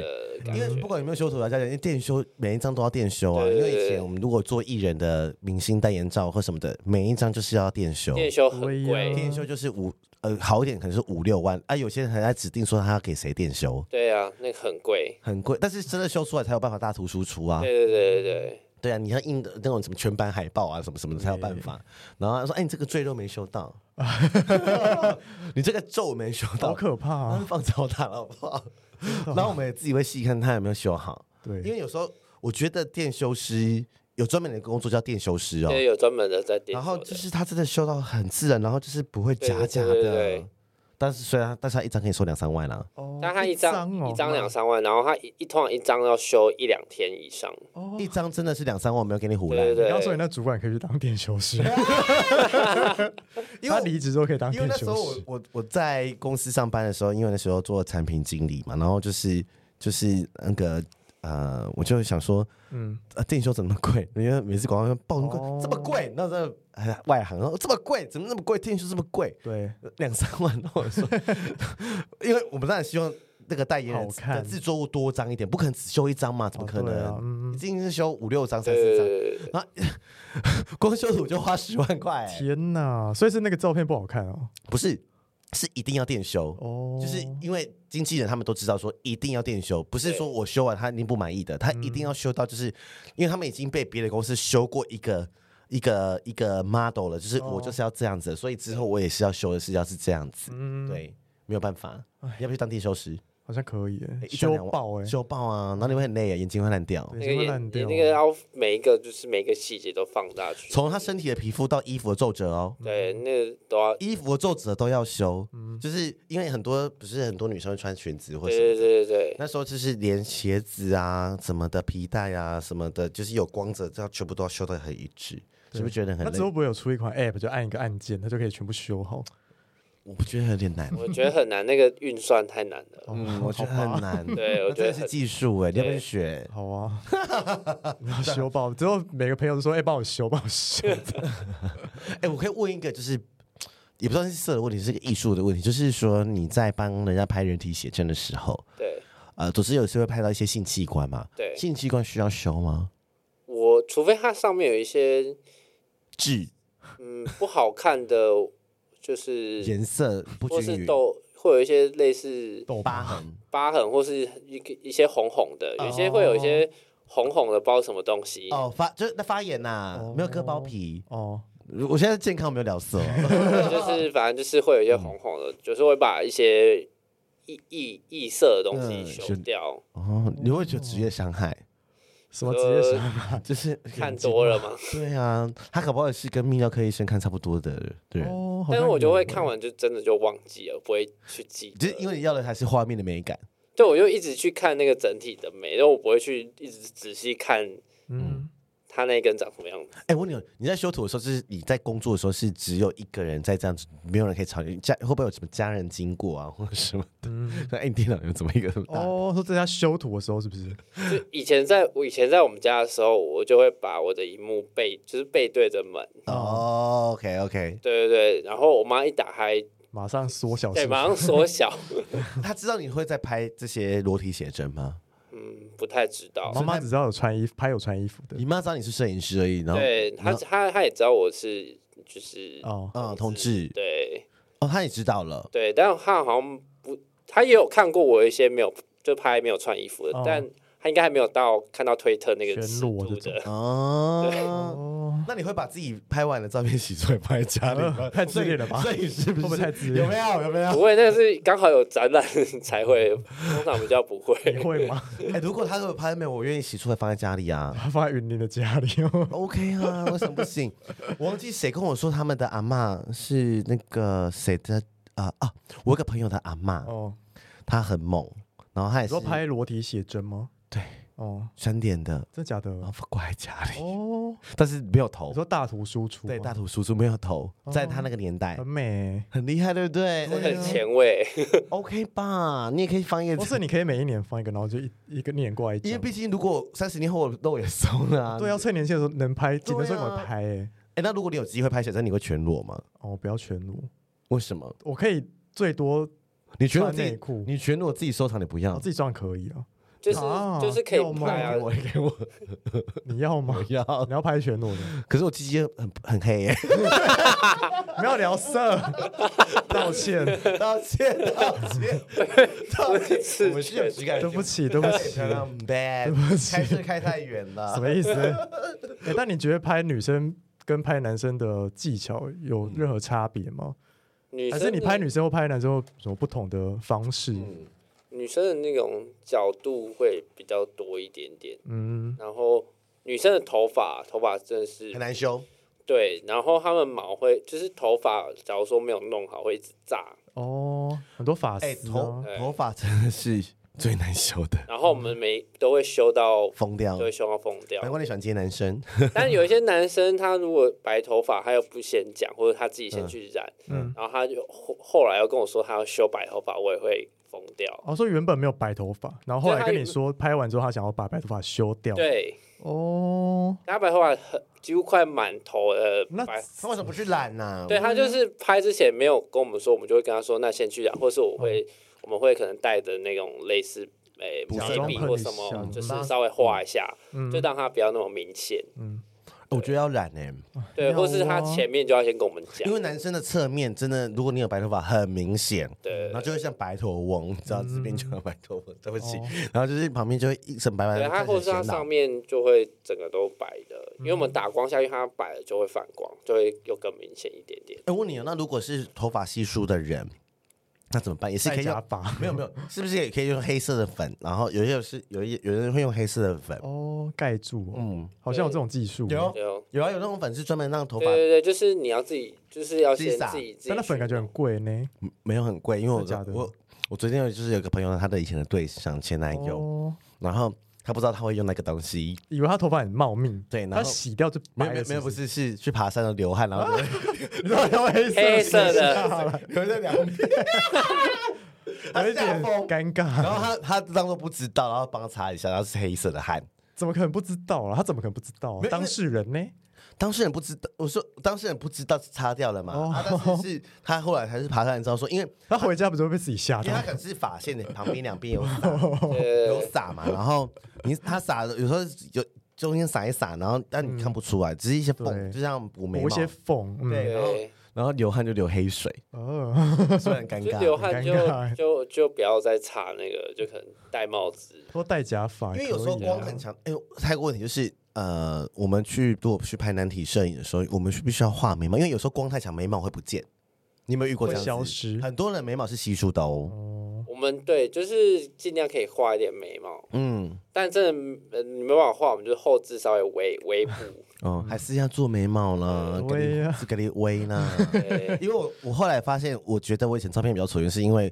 C: 感
B: 因
C: 觉
B: 为，不管有没有修图啊，家人因为电修每一张都要电修啊。
C: 对
B: 因
C: 对
B: 为
C: 对
B: 以前我们如果做艺人的明星代言照或什么的，每一张就是要电修，
C: 电修很
A: 对
C: 贵
A: 呀，
B: 电修就是五呃好一点可能是五六万啊，有些人还在指定说他要给谁电修，
C: 对啊，那个很贵。
B: 很贵，但是真的修出来才有办法大图输出啊。
C: 对对对对对，
B: 对啊，你要印的那种什么全版海报啊，什么什么的才有办法。然后他说：“哎，你这个赘肉没修到，你这个皱没修
A: 好
B: 到，
A: 可怕
B: 那就
A: 啊！
B: 放超大了好不好？然后我们也自己会细看他有没有修好，因
A: 对，
B: 为有时候我觉得电修师有专门的工作叫电修师哦
C: 因，为有专门的在点
B: 然后
C: 头的，
B: 就是他真的修到很自然，然后就是不会假假
C: 对对对对
B: 的
C: 对。
B: 但是虽然，但是他一张可以收两三万啊啦，
A: 哦
C: 但他
A: 一
C: 一张
A: 哦
C: 一张两三万，然后他一一通常一张要修一两天以上，
A: 哦
B: 一张真的是两三万，我没有给你胡乱
C: 对。对
A: 你要说
C: 对
A: 你，那主管可以去当电修师，
B: 因
A: 他
B: 为
A: 离职之后可以当
B: 啊因为
A: 电
B: 那时
A: 修
B: 候我
A: 师。
B: 我我在公司上班的时候，因为那时候做产品经理嘛，然后就是就是那个呃，我就想说，
A: 嗯，
B: 呃，电修怎么那么贵？因为每次广告报那么贵，
A: 哦
B: 这么贵，那这哎外行，然后这么贵，怎么那么贵？电修这么贵，
A: 对，
B: 两三万，然后我说，因为我们当然希望那个代言人
A: 好看
B: 的制作物多张一点，不可能只修一张嘛，怎么
A: 哦
B: 可
A: 对啊
B: 能？
A: 嗯
B: 一定是修五六张、三
C: 对
B: 四
C: 对
B: 张，
C: 对对
B: 光修图就花十万块、欸
A: 天哪！所以是那个照片不好看哦。
B: 不是，是一定要电修。
A: 哦，
B: 就是因为经纪人他们都知道说一定要电修，不是说我修完他一定不满意的，他一
A: 嗯
B: 定要修到就是，因为他们已经被别的公司修过一个一个一个 model 了，就是我
A: 哦
B: 就是要这样子，所以之后我也是要修的是要是这样子，
A: 嗯，
B: 对，没有办法，要不去当电修师，
A: 好像可以耶
B: 哎，一张
A: 修
B: 两万
A: 爆哎，
B: 修爆啊，然后你会很累啊，眼睛会烂掉。哦
A: 对
C: 那
A: 眼睛
C: 个
A: 会
C: 也
A: 烂
C: 你
A: 掉。
C: 那个要每一个就是每一个细节都放大去，
B: 从他身体的皮肤到衣服的皱褶哦，
C: 对，那个都要，
B: 衣服的皱褶都要修，
A: 嗯
B: 就是因为很多不是很多女生会穿裙子或
C: 对
B: 什么
C: 对对对对，
B: 那时候就是连鞋子啊、什么的皮带啊、什么的，就是有光泽，这样全部都要修的很一致，是不是觉得很
A: 他
B: 累
A: 之？后不会有出一款 App，就按一个按键，它就可以全部修好。
B: 我不觉得有点难，
C: 我觉得很难，那个运算太难了，
B: 嗯，我觉得
A: 哦好吧
B: 很 难。
C: 对我
B: 那
C: 觉
B: 真
C: 得
B: 的是
C: 很
B: 技术哎，你要不要去学？
A: 好啊， 你要修爆之后，每个朋友都说：“哎、帮我修，帮我 修。
B: 哎，我可以问一个，就是也不知道是色的问题，是个艺术的问题，就是说你在帮人家拍人体写真的时候，
C: 对
B: 呃，总是有时候会拍到一些性器官嘛，
C: 对，
B: 性器官需要修吗？
C: 我除非它上面有一些
B: 痣、
C: 嗯不好看的，就是
B: 颜色不
C: 或
B: 均
C: 是
B: 匀、
C: 痘，会有一些类似”
A: 豆
B: 疤
A: 疤
B: 痕，
C: 疤痕，或是一个一些红红的，有些会有一些红红的，不知道什么东西。
B: 哦，发就是那发炎呐、
A: 哦
B: 没有割包皮。
A: 哦，
B: 我现在健康没有聊色、哦，
C: 就是反正就是会有一些红红的，就是会把一些异异异色的东西
B: 嗯
C: 修
B: 是
C: 掉。
B: 哦，你会觉得职业伤害，
A: 什么职业伤害？
B: 就是
C: 哦看多了嘛，
B: 对啊，他搞不好也是跟泌尿科医生看差不多的对，
A: 哦，好
C: 但
A: 像
C: 是我就
A: 有
C: 会
A: 欸
C: 看，完就真的就忘记了，不会去记
B: 就是因
C: 得。
B: 为你要的还是画面的美感，
C: 对，我就一直去看那个整体的美，但我不会去一直仔细看
A: 嗯，
C: 它那一根长什么样子。
B: 哎、我问你，你在修图的时候，就是你在工作的时候，是只有一个人在这样子，没有人可以吵你家，会不会有什么家人经过啊， 或者什么的？
A: 嗯
B: 那哎、你电脑有怎么一个这么大？
A: 哦，说在家修图的时候是不是？
C: 就以前在我以前在我们家的时候，我就会把我的荧幕背就是背对着门，
B: 哦，OK OK，
C: 对对对，然后我妈一打开，
A: 马上缩小
C: 对，
A: 是不
C: 马
A: 是？
C: 上缩小。
B: 他知道你会在拍这些裸体写真吗？
C: 嗯，不太知道。
A: 妈妈哦只知道有穿衣服，拍有穿衣服的
B: 你妈知道你是摄影师而已，然后
C: 对他，他他也知道我是就是
A: 哦，
B: 嗯，同志，
C: 对
B: 哦，他也知道了。
C: 对，但他好像不，他也有看过我一些没有就拍没有穿衣服的，
A: 哦
C: 但他应该还没有到看到推特那个
A: 全
C: 尺
A: 裸
C: 度
A: 这
C: 的。
B: 哦，
A: 哦，
B: 那你会把自己拍完的照片洗出来放在家里 吗？
A: 太自恋了吧
B: 摄影师
A: 会
B: 不
A: 不会
B: 是
A: 太自恋
B: 有没有？有没
C: 不
B: 有？
C: 会，那是刚好有展览 才会，通常比较不会。
A: 你会 吗？
B: 哎，如果他给我拍没有，我愿意洗出来放在家里啊。
A: 放在云林的家里哦，
B: OK 啊，为什么 不行？我忘记谁跟我说他们的阿嬷是那个谁的啊啊，我有个朋友的阿嬷，
A: 哦，
B: 她很猛，然后她也
A: 你
B: 是
A: 说拍裸体写真吗？
B: 对
A: 哦，
B: 三点的，
A: 真的假的？
B: 然后挂在家里，
A: 哦，
B: 但是没有头
A: 你，说哦大图输出吗，
B: 对，大图叔叔没有头，在他那个年代
A: 很美。
B: 很厉害，对不对？哎
A: 对
C: 很前卫，
B: OK 吧，你也可 以放一个
A: 哦不是，你可以每一年放一个，然后就一一个年过来一
B: 因为
A: 张。
B: 毕竟如果三十年后我肉也松了、 啊，
A: 对啊，趁年轻的时候能拍，紧的时候赶快
B: 对啊
A: 拍哎、
B: 哎、那如果你有机会拍写真，你会全裸吗？
A: 哦，不要全裸，
B: 为什么？
A: 我可以最多
B: 你全裸
A: 穿
B: 自
A: 内
B: 己，
A: 裤，
B: 你全裸自己收藏，你不
A: 我
B: 要？
A: 自己装可以啊。
C: 就是
A: 啊
C: 就是可以
A: 要吗
C: 拍啊
A: 己，
B: 我给我
A: 你要吗
B: 我？ 要，
A: 你要拍全裸的？
B: 可是我鸡鸡很很黑耶、
A: 不要聊色， 道歉，
B: 道歉道歉 道歉，
C: 是
B: 我们是有质感
A: 对
B: 的，
A: 不起，对不起，什
B: bad，
A: 不起
B: 开车开太远了。
A: 么意思？ 欸但你觉得拍女生跟拍男生的技巧有任何差别吗？
C: 女
A: 还
C: 生
A: 是你拍
C: 的
A: 女生或拍男生有什么不同的方式？
B: 嗯，
C: 女生的那种角度会比较多一点点，
A: 嗯，
C: 然后女生的头发头发真的是
B: 很难修，
C: 对，然后她们毛会就是头发，假如说没有弄好会一直炸，
A: 哦，很多发丝、啊
B: 哎，头
C: 对
B: 头发真的是最难修的，
C: 然后我们每都会修
A: 嗯
C: 到
B: 疯掉
C: 都。会修到疯掉
B: 难。怪你喜欢接男生，
C: 但有一些男生他如果白头发，他又不先讲，或者他自己先去染，
A: 嗯，
C: 然后他就后后来又跟我说他要修白头发，我也会疯掉。
A: 哦，所以原本没有白头发，然后后
C: 对
A: 来
C: 他
A: 跟
C: 有
A: 你说拍完之后他想要把白头发修掉。，
C: 对，
A: 哦，
C: 他白头发很几乎快满头了，
A: 那
C: 白
B: 他为什么不去啊染呢？
C: 对他就是拍之前没有跟我们说，我们就会跟他说，那先去染，或是我会、我们会可能带的那种类似诶
B: 哦补
C: 眉
B: 妆
C: 笔
A: 喷
C: 或
A: 一
C: 什
A: 下
C: 么，就是
B: 嗯
C: 稍微画一下，
A: 嗯
C: 就让他不要那么明显，
A: 嗯，
B: 我觉得要染哎，
C: 对，
A: 要
C: 或是他
A: 哦
C: 前面就要先跟我们讲
B: 因，为男生的侧面真的，如果你有白头发，很明显，
C: 对
B: 然后就会像白头翁，你知道这边就有白头翁，对不起
A: 哦，
B: 然后就是旁边就会一层白白
C: 对，
B: 的，
C: 他或是他
B: 看起来很
C: 上
B: 老嗯
C: 面就会整个都白的，因为我们打光下去，它白了就会反光，就会又更明显一点点。
B: 哎，我问你哦，那如果是头发稀疏的人，那怎么办？也是可
A: 戴
B: 以用
C: 哦
A: 假发。
B: 没有没有，是不是也可以用黑色的粉？然后有些是有一有人会用黑色的粉，
A: 哦，盖住、哦，
B: 嗯，
A: 好像有这种技术。
B: 有
C: 对哦，
B: 有啊，有那种粉是专门让头
C: 对
B: 发
C: 对对，就是你要自己，就是要
B: 自己
C: 先
B: 撒
C: 自己自己去
A: 但
C: 弄。
A: 那粉感觉很贵呢。
B: 嗯没有很贵，因为我
A: 真的假的
B: 我我昨天有就是有个朋友，他的以前的对象前男友，
A: 哦，
B: 然后他不知道他会用那个东西，
A: 以为他头发很茂密，
B: 对然后
A: 他洗掉就
B: 没
A: 白
B: 有没有
A: 了
B: 没有，不
A: 是
B: 是是去爬山的流汗，然后 就会
A: 不是，你知道用黑色
C: 黑色的，
B: 留在两边，他
A: 有一
B: 吓
A: 点
B: 疯。
A: 尴
B: 然
A: 尬，
B: 后他他当做不知道，然后帮他擦一下，然后是黑色的汗。
A: 怎么可能不知道啊？他怎么可能不知道啊
B: 没？有
A: 当事人呢？
B: 当事人不知道，我说当事人不知道是擦掉了嘛？
A: 哦
B: 啊，但是是他后来还是爬山之后说，因为
A: 他回家不是会被自己吓
B: 因为
A: 到
B: 他？可能是发线的旁边两边有撒
C: 对
B: 有撒嘛，然后你他撒的有时候有中间撒一撒，然后但你看不出来，只是一些缝，
A: 嗯对
B: 就像补眉
A: 补
B: 毛
A: 一，些缝，嗯
B: 对然后
C: 对，
B: 然后流汗就流黑水，
A: 哦，
B: 虽然尴
C: 就
B: 尬，
C: 流汗
A: 很
C: 就
A: 尴尬欸
C: 就就不要再擦那个，就可能戴帽子。
A: 都戴假发，
B: 因为有时候
A: 可以啊
B: 光很强。哎呦，还有个问题就是。呃，我们去如果去拍难题摄影的时候，我们是必须要画眉毛，因为有时候光太强，眉毛会不见。你有没有遇过这
A: 会
B: 样
A: 消
B: 子？
A: 失。
B: 很多人眉毛是稀疏的哦。
A: 哦，
C: 我们对，就是尽量可以画一点眉毛，
B: 嗯，
C: 但真的呃你没办法画，我们就后置稍微微微补。
B: 哦，还是要做眉毛啦，给
A: 微
B: 你
A: 啊
B: 是给你微呢。
C: 对
B: 因为我我后来发现，我觉得我以前照片比较丑，是因为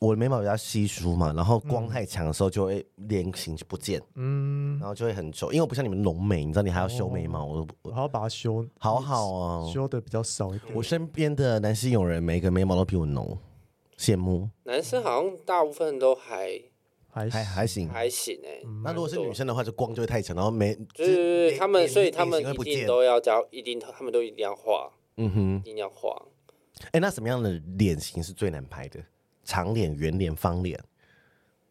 B: 我的眉毛比较稀疏嘛，然后光太强的时候就会脸型就不见，
A: 嗯
B: 然，后就会很丑。因为我不像你们浓眉，你知道你还要修眉
A: 哦
B: 毛，我都
A: 我
B: 我
A: 还要把它修
B: 好好哦。
A: 修的比较少一点。
B: 我身边的男性友人，每个眉毛都比我浓，羡慕。
C: 男生好像大部分都还
B: 嗯
A: 还
B: 还还行。
C: 还行哎、
B: 那如果是女生的话，就光就会太强，然后眉
C: 对对对
B: 脸
C: 对，他们
B: 脸
C: 所以他们
B: 脸型
C: 一
B: 会不
C: 定
B: 见。
C: 都要教，一定他们都一定要画，
B: 嗯
C: 一
B: 哼，
C: 定要画。
B: 哎，那什么样的脸型是最难拍的？长脸、圆脸、方脸？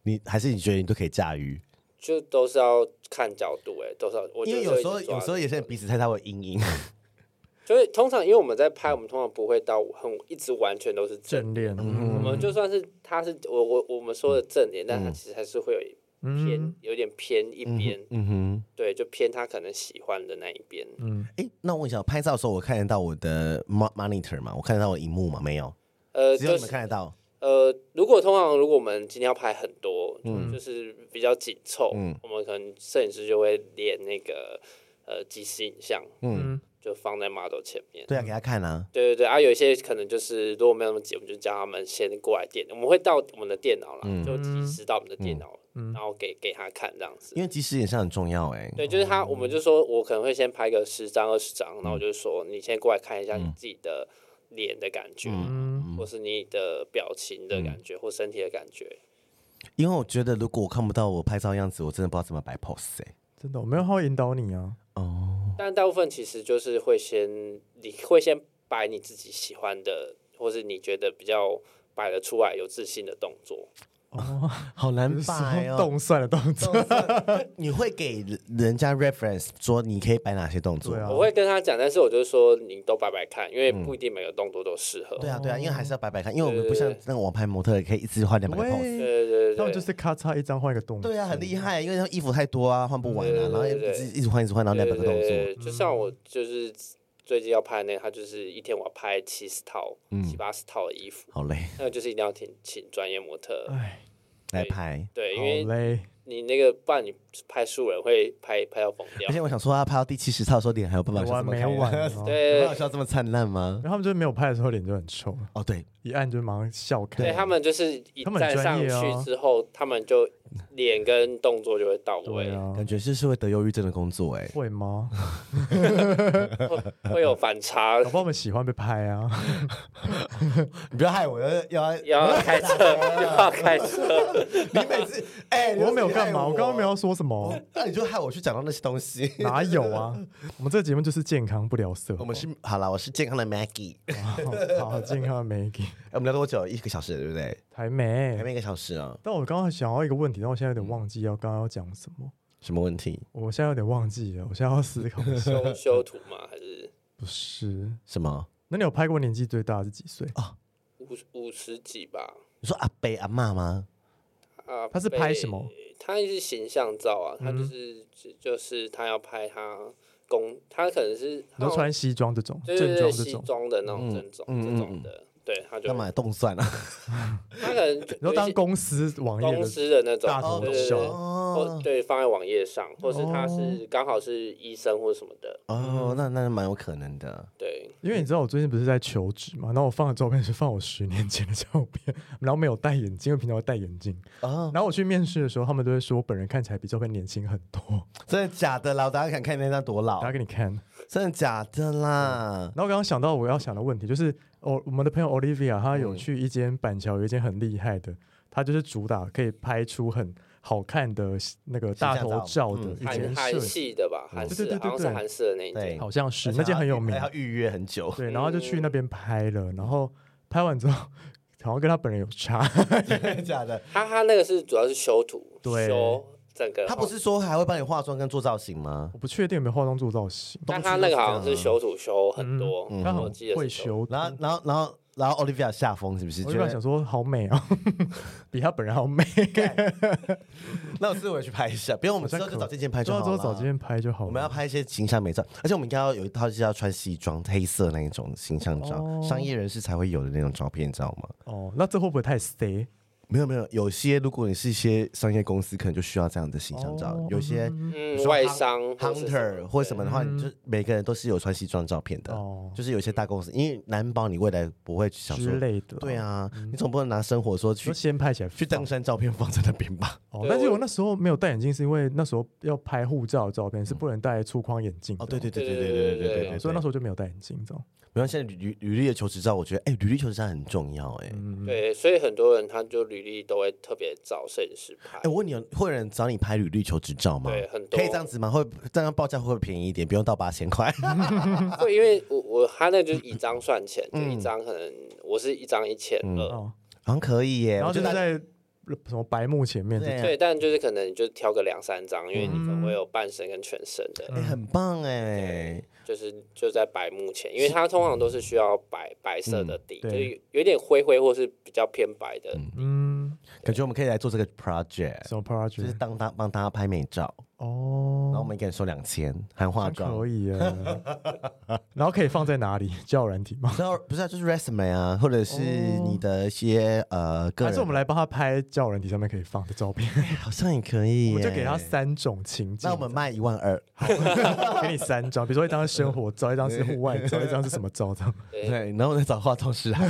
B: 你还是你觉得你都可以驾驭？
C: 就都是要看角度哎、欸，都是要我
B: 因为
C: 觉得
B: 有
C: 是
B: 时候
C: 一直抓
B: 有时候
C: 的
B: 有些人鼻子太大会有阴影。
C: 就是通常因为我们在拍，我们通常不会到很一直完全都是正，
A: 正脸，
C: 我们
B: 嗯
C: 就算是他是我我我们说的正脸，但他其实还是会有一偏、
A: 嗯
C: 有点偏一边，
B: 嗯哼，
C: 对，就偏他可能喜欢的那一边。
A: 嗯，
B: 哎、那我问一下，拍照的时候我看得到我的 mo- monitor 吗？我看得到我的荧幕吗？没有，
C: 呃，
B: 只有
C: 就
B: 你们
C: 是
B: 看得到。
C: 呃，如果通常如果我们今天要拍很多，就是比较紧凑，
B: 嗯
C: 我们可能摄影师就会连那个呃即时影像，
B: 嗯，
C: 就放在 model 前面。
B: 对啊，给他看啊。
C: 对对对，啊，有一些可能就是如果没有那么急，我们就叫他们先过来电，我们会到我们的电脑啦，
B: 嗯
C: 就及时到我们的电脑，然后给给他看这样子
B: 因。为即时影像很重要哎、
C: 对，就是他，我们就说我可能会先拍个十张二十张，然后我就说你先过来看一
A: 嗯
C: 下你自己的脸的感觉，或是你的表情
A: 嗯
C: 的感觉，或身体的感觉。
B: 因为我觉得如果我看不到我拍照的样子，我真的不知道怎么摆 pose 哎、
A: 真的，我没有他会引导你啊。
B: 哦，
C: 但大部分其实就是会先，你会先摆你自己喜欢的，或是你觉得比较摆得出来、有自信的动作。
A: 哦，
B: 好难
A: 就是
B: 摆
A: 说
B: 哦。
A: 动算的动 作，
B: 你会给人家 reference 说你可以摆哪些动作？
A: 对啊嗯
C: 我会跟他讲，但是我就说你都摆摆看，因为不一定每个动作都适合。
B: 对啊，对啊，因为还是要摆摆看，因为我们不像那个网拍模特可以一直换两百个 pose。
A: 对，
C: 对
A: 他
C: 对对
A: 们就
C: 对，
A: 是咔嚓一张换一个动作。
B: 对啊，很厉害，因为他衣服太多啊，换不完啊，然后一直一直换一直换，然后两百个动作。
C: 对，就像我就是最近要拍的那个，他就是一天我要拍七十套、
B: 嗯
C: 七八十套的衣服，
B: 好嘞，
C: 那个就是一定要请请专业模特。
A: 哎，
B: 来拍。
C: 对，因
A: 好
C: 为
A: 嘞，
C: 你那个不然你拍素人会拍拍到疯掉
B: 而。且我想说，他拍到第七十套的时候，脸还有办法笑
A: 完
B: 这么
A: 没
B: 开
A: 完
B: 朗？
A: 哦？
C: 对
B: 有办法笑这么灿烂吗？
A: 然后他们就是没有拍的时候脸就很臭，
B: 哦，对，
A: 一按就马上笑开。
C: 对他们就是一
A: 他们
C: 站
A: 很
C: 上
A: 专业哦
C: 去之后，他们就脸跟动作就会到位
A: 对，啊，
B: 感觉这是会得忧郁症的工作哎。
A: 会 吗？
C: 会有反差
A: 搞。不好我们喜欢被拍啊，
B: 你不要害我，要要啊
C: 要 开车，要开车，
B: 你每次哎，
A: 我没有干嘛，我
B: 我
A: 刚刚没有。要说什 么，
B: 那你就害我去讲到那些东西。
A: 哪有 啊？我们这个节目就是健康不聊色，
B: 我们是好了，我是健康的 Maggie。哎
A: 好好健康的 Maggie，
B: 我们聊多久？一个小时，对不对？
A: 还没
B: 还。没一个小时啊？
A: 但我刚刚想要一个问题，但我现在有点忘记要刚刚要讲什么，
B: 什么问题？
A: 我现在有点忘记了，我现在要思考一 下。
C: 修修图嘛，还是
A: 不是，
B: 什么？
A: 那你有拍过年纪最大的是几岁？
C: 五十五十几吧？
B: 你说阿伯阿妈吗？
C: 啊，
A: 他是
C: 被
A: 拍什么？
C: 他是形象照啊，他就
A: 嗯
C: 是、就就是他要拍他工，他可能是
A: 你都穿西装这种，
C: 对
A: 正
C: 对对
A: 装这
C: 西
A: 种，
C: 装的那种
B: 嗯
C: 正装、
B: 嗯
C: 这
B: 嗯嗯
C: 种的，对，他就
B: 干嘛动算啊？
C: 他可能就
A: 你都
C: 有一
A: 当
C: 些
A: 公司网页
C: 公
A: 的，
C: 司的那种
A: 大头
C: 对对
A: 小
C: 对，或
B: 哦
C: 对放在网页上，或是他
B: 哦
C: 是刚好是医生或什么的，
B: 哦，那那蛮有可能的。
C: 对，
A: 因为你知道我最近不是在求职嘛，然后我放的照片是放我十年前的照片，然后没有戴眼镜，因为平常会戴眼镜。
B: 哦，
A: 然后我去面试的时候，他们都会说我本人看起来比照片年轻很
C: 哦
A: 多，
B: 真的假的啦？我大家想看那张多老
A: 拿？给你看。
B: 真的假的啦？
A: 然后刚刚想到我要想的问题，就是哦，我们的朋友 Olivia 她
C: 嗯
A: 有去一间板桥有一间很厉害的，她就是主打可以拍出很好看的那个大头照的
B: 嗯
A: 一
C: 韩
A: 间
C: 韩
A: 摄影，
C: 系的吧，韩
A: 对
C: 式
A: 对对
C: 的
A: 对
C: 好像
A: 对
C: 是韩式的那一
B: 对
C: 间，
A: 好像是
B: 而且
A: 那间
B: 还
A: 很
B: 要
A: 有名
B: 还，要预约很 久。
A: 对，然后就去那边拍了，然后拍完之后好像跟她本人有差，
B: 真的假的？
C: 他他那个是主要是修图，
A: 对
C: 修整个
B: 他不
C: 好
B: 是说还会帮你化妆跟做造型吗？
A: 我不确定有没有化妆做造型，
C: 但他那个好像是修图修
A: 嗯
C: 很多，
B: 嗯
A: 她
C: 我
A: 很
C: 记得是
A: 会
C: 修。
A: 修，
B: 然后，然后，然后，然后 Olivia 下风是不是？
A: 我
B: 觉
A: 就在想
B: 得
A: 说好美哦， 比她本人好 美，
B: 那我是我也去拍一下，不用我们之
A: 好像
B: 后就
A: 可
B: 找这间拍 就
A: 之
B: 好
A: 后
B: 了。
A: 之后找今天拍就好了。
B: 我们要拍一些形象美照，而且我们应该要有一套就是要穿西装，黑色那一种形象照，
A: 哦
B: 商业人士才会有的那种照片，你知道吗？
A: 哦，那这会不会太 stay？
B: 没有没有，有些如果你是一些商业公司，可能就需要这样的形象照，
A: 哦
B: 有些
C: 嗯
B: 比如，说
C: 外
B: Hun-
C: 商或是什么
B: hunter 或什么的话，
A: 对
B: 你就每个人都是有穿西装照片的，
A: 哦
B: 就是有些大公司，因为难保你未来不会想说
A: 之，类的，哦
B: 对。啊，你总不能拿生活说去
A: 就先拍起来
B: 去登山照片放在那边吧？
A: 哦，
C: 对
A: 但是
C: 我
A: 我那时候没有戴眼镜，是因为那时候要拍护照的照片是不能戴粗框眼镜的
B: 嗯哦，对对对对
C: 对
B: 对
C: 对
B: 对
C: 对
B: 对
C: 对
B: 对，
A: 所以那时
B: 候
A: 候就没有戴眼镜，这样。
B: 没有现在履履历的求职照，我觉得哎，履历求职照很重要哎。
A: 嗯，
C: 对，所以很多人他就履历都会特别找摄影师拍
B: 哎、。我问你，会有人找你拍履历求职照吗？
C: 对
A: 啊
C: 很多
B: 可以这样子吗？会这样报价会不会便宜一点？不用到八 千块？
C: 会，因为我我他那就是以张算钱，就
B: 嗯
C: 一张可能我是一张一千二，
A: 哦，
B: 好像可以耶。
A: 然后
B: 我
A: 就
B: 觉
A: 是
B: 得
A: 在什么白幕前面这
B: 对
A: 种，
B: 啊
C: 对，但就是可能你就挑个两三张，因为你可
B: 嗯
C: 能会有半身跟全身的，
A: 嗯
B: 哎、很棒哎。
C: 就是就在白幕前，因为它通常都是需要白白色
B: 嗯
C: 的底，
A: 对
C: 就是有点灰灰或是比较偏白的，
A: 嗯，
B: 感觉我们可以来做这个 project，
A: 什么
B: 就是
A: project
B: 当他帮大家拍美照，然后我
A: 哦，
B: 们一个人收两千，含化
A: 那
B: 妆
A: 可。以耶。 然后可以放在哪里？ 交友软体吗？
B: 然后不是、啊，就是 resume 啊，或者是
A: 哦
B: 你的一些、呃个
A: 还
B: 人，
A: 是我们来帮他拍交友软体上面可以放的照片？
B: 好像也可以耶。
A: 我们就给他三种情境，
B: 那 我们卖一万二，
A: 给你三张，比如说一张是生活 照，一张是户外照，一张是什么照？这样
B: 对，然后再找化妆师啊。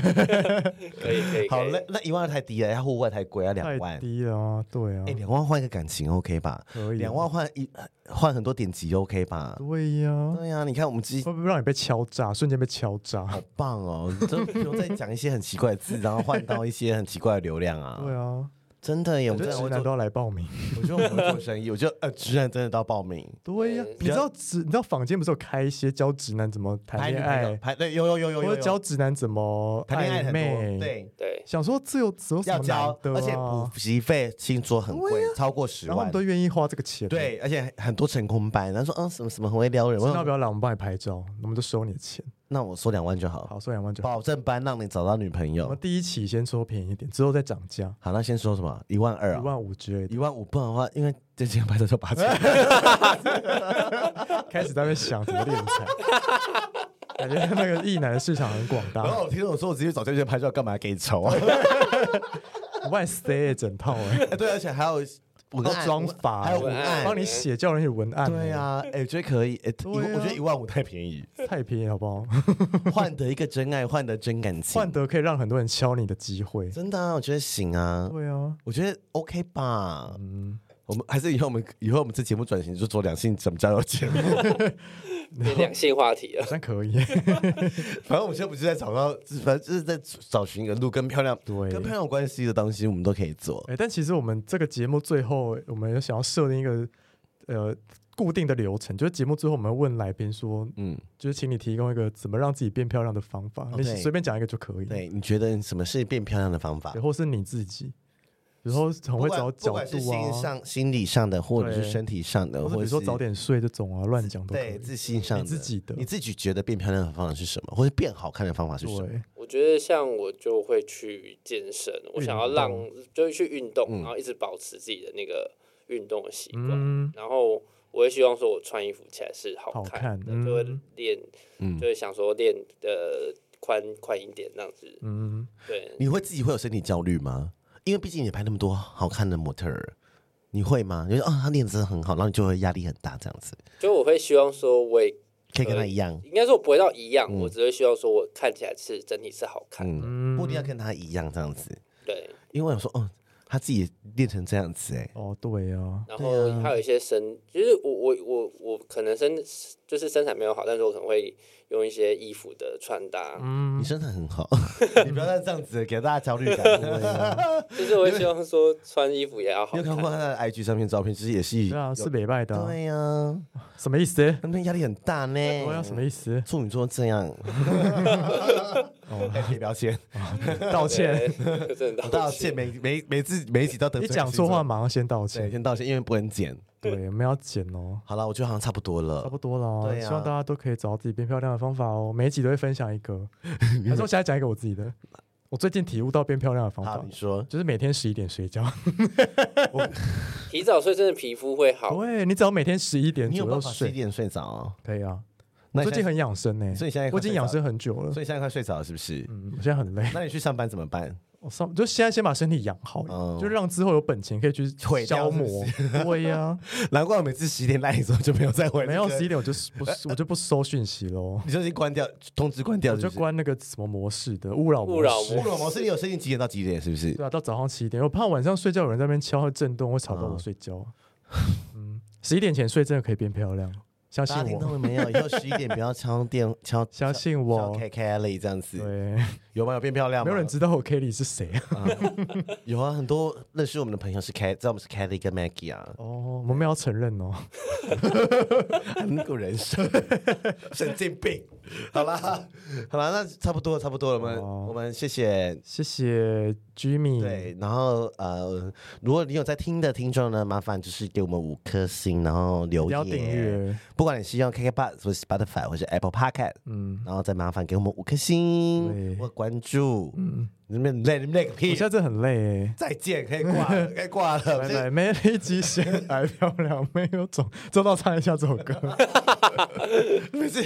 C: 可以可 以
B: 好
C: 可以
B: 那那一万二太低了，要户外太贵，要 两
A: 太
B: 万。
A: 低了啊！对啊
B: 哎、，两万换一个感情 OK 吧？
A: 可以
B: 两万换一换很多点击 OK 吧？
A: 对呀、
B: 对呀、你看我们自己
A: 会不会让你被敲诈？瞬间被敲诈？
B: 好棒哦，你都不用再讲一些很奇怪的字，然后换到一些很奇怪的流量啊！
A: 对啊，
B: 真的耶，我
A: 我觉得
B: 们真的
A: 直
B: 会
A: 男都
B: 做，
A: 要来报名。
B: 我觉得我们会做生意，我觉得呃，直男真的到报名。
A: 对呀、
C: 对
A: 你知道直你知道坊间不是有开一些教直男怎么谈
B: 拍
A: 恋
B: 拍
A: 爱，
B: 拍对，有有有有
A: 或
B: 有
A: 者教
B: 有，
A: 直男怎么
B: 谈恋爱
A: 暧
B: 很
A: 昧？
B: 多，，对，
C: 对，
A: 想说这有只有什
B: 要
A: 么难
B: 教，
A: 的、啊、
B: 而且补习费听说很贵，超过十
A: 然后我
B: 万
A: 们都。愿意花这个钱。，
B: 对，而且很多成功班，他说嗯什么什么很会撩人，我
A: 那要
B: 说
A: 不要来我们帮你拍照？我们就收你的钱，
B: 那我说两万就好，
A: 好，收两万就好。
B: 保证班让你找到女朋
A: 我
B: 友
A: 们。第一期先收便宜一点，之后再涨价，
B: 好，那先说什么？一万二
A: 一
B: 啊，
A: 万五之类的。
B: 一万五，不然的话，因为这几个拍照 就八千。
A: 开始在那边想怎么敛财。感觉那个异男的市场很广大
B: 然，后哦我听我说，我直接找这些拍照干嘛？给酬啊？
A: 外 stay 整套哎，
B: 对，而且还有文
A: 还
B: 案
A: 有妆法，
B: 还有文
C: 案
A: 帮你写教人写文案，欸
B: 对呀、，啊，哎、我觉得可以，哎、一万
A: 对啊
B: 我觉得一万五太便 宜，
A: 太便宜好不 好？
B: 换得一个真爱，换得真感情，
A: 换得可以让很多人敲你的机会，
B: 真的、啊，我觉得行啊，
A: 对啊，
B: 我觉得 OK 吧。
A: 嗯，
B: 我们还是以后我们以后我们这节目转型就做两性怎么交友节目，
C: 变两性话题啊了
A: 好。像 可以，
B: 反正我们现在不是在找到，反正就是在找寻一个路跟漂亮
A: 对
B: 跟漂亮有关系的东西，我们都可以做。
A: 哎、但其实我们这个节目最后，我们有想要设定一个呃固定的流程，就是节目最后我们会问来宾说，
B: 嗯，哦
A: 就是请你提供一个怎么让自己变漂亮的方法，你
B: 对
A: 随便讲一个就可以，
B: 对，你觉得什么是变漂亮的方法
A: 对，？或是你自己，然后很会找
B: 不
A: 角
B: 管不管是
A: 度
B: 心
A: 啊，
B: 上、心理上的，或者是
A: 对
B: 身体上的，
A: 或
B: 或
A: 者比如
B: 者是
A: 说早点睡这种啊，乱讲都可
B: 对
A: 以。
B: 自信上的
A: 你自己的
B: 你自己觉得变漂亮的方法是什么，或者变好看的方啊法是什么？
A: 对，嗯
C: 我觉得像我就会去健身，我想要让就是去运动，然后一直保持自己的那个运动的习惯。
A: 嗯，
C: 然后我会希望说我穿衣服起来是好看的，
A: 好看
C: 就会
A: 嗯
C: 练，
B: 嗯
C: 就会想说练呃宽宽一点这样子。
B: 啊
A: 嗯，
C: 对，
B: 你会自己会有身体焦虑吗？因为毕竟你拍那么多好看的模特儿，你会吗？你就说啊，他练得真的很好，然后你就会压力很大，这样子
C: 就我会希望说我也
B: 可以跟他一样，
C: 应该说我不会到一样，我只会希望说我看起来是整体是好看的。
B: 嗯，不一定要跟他一样这样子。
C: 对，
B: 因为我说，哦，他自己练成这样子、哎，
A: 哦，对啊，
C: 然
B: 对
C: 后
B: 啊
C: 还有一些身，就是我我我我可能身就是身材没有好，但是我可能会用一些衣服的穿搭，
A: 嗯
B: 你，身材 很好，你不要再这样子给大家焦虑感。
C: 就是我会希望说穿衣服也要
B: 你
C: 好
B: 有看过他的 IG 上面照片，其实也是
A: 对啊，
B: 有
A: 是北拜的、啊，
B: 对呀、啊，
A: 什么意思？
B: 他们压力很大呢。
A: 我啊要什么意 思？
B: 处女座 这样，哦，贴标签，
A: 道歉，
C: 对， 就真的
B: 道
C: 道
B: 歉，。每每每次每一集都 得
A: 一
B: 罪
A: 讲
B: 星
A: 错
B: 座
A: 话马上先道
B: 对，
A: 歉。
B: 先道歉，因为不能剪。
A: 对，我们要剪哦。
B: 好了，我觉得好像差不多
A: 差
B: 了。
A: 不多了哦、
B: 对啊
A: 希望大家都可以找到自己变漂亮的方法哦。每一集都会分享一 个，还是我现在讲一个我自己的。我最近体悟到变漂亮的方
B: 好，
A: 法
B: 你，说，
A: 就是每天十一点睡觉。
C: 提早睡真的皮肤会好，
A: 对你只要每天十一点
B: 你有
A: 左
B: 办
A: 右
B: 法十一
A: 睡，
B: 点睡着哦？
A: 可以啊。
B: 那
A: 我
B: 你
A: 最近
B: 现在，
A: 很养生呢、
B: 所以你现在快
A: 我已经
B: 睡着
A: 养生很久了
B: 所。以你现在快睡着了是不是？
A: 嗯，我现在很累，
B: 那你去上班怎么办？
A: 我上就现在先把身体养好，
B: 哦
A: 就让之后有本钱可以去
B: 毁
A: 消
B: 掉是不
A: 磨。对呀、
B: 难怪我每次十一点赖你之后就没有再回，
A: 没有十一，点我就不我就不收讯息喽，
B: 你就已经关掉通知关 掉
A: 我
B: 是
A: 就
B: 不是，
A: 关那个什么模式的勿扰
C: 勿
A: 模
C: 扰
A: 式。
C: 模
B: 乌龙模式，你有设定几点到几点是不是？
A: 对啊，到早上七点，我怕晚上睡觉有人在那边敲会震动，会吵到我睡觉。
B: 啊
A: 嗯，十一点前睡真的可以变漂亮，相信
B: 大家听到
A: 我，
B: 了没有？以后十一点不要敲电敲
A: 相信
B: 敲
A: 我。
B: K K L 这样子，
A: 对，
B: 有吗？有变漂亮 吗？
A: 没有人知道我 Kelly 是谁啊。
B: 有啊，很多认识我们的朋友是 K，知道我们是 Kelly 跟 Maggie 啊，
A: 哦，我们要承认哦。
B: 很有人生， 神经病。好啦，好啦，那差不多了，差不多了。我们、
A: 哦
B: 我们谢谢。
A: 谢谢 Jimmy。
B: 对，然后呃，如果你有在听的听众呢，麻烦就是给我们五颗星，然后留
A: 不要
B: 言。
A: 订阅，
B: 不管你是用 KKBox 或是 Spotify 或是 Apple Podcast，
A: 嗯
B: 然后再麻烦给我们五颗星
A: 对
B: 或关注。
A: 嗯，
B: 你们累，你们累个
A: 我
B: 屁
A: 现！在真的很累哎。
B: 再见，可以 挂了，可以挂了。
A: 拜拜，美丽极限，白漂亮，没有种。周到唱一下这首 歌，
B: 不是，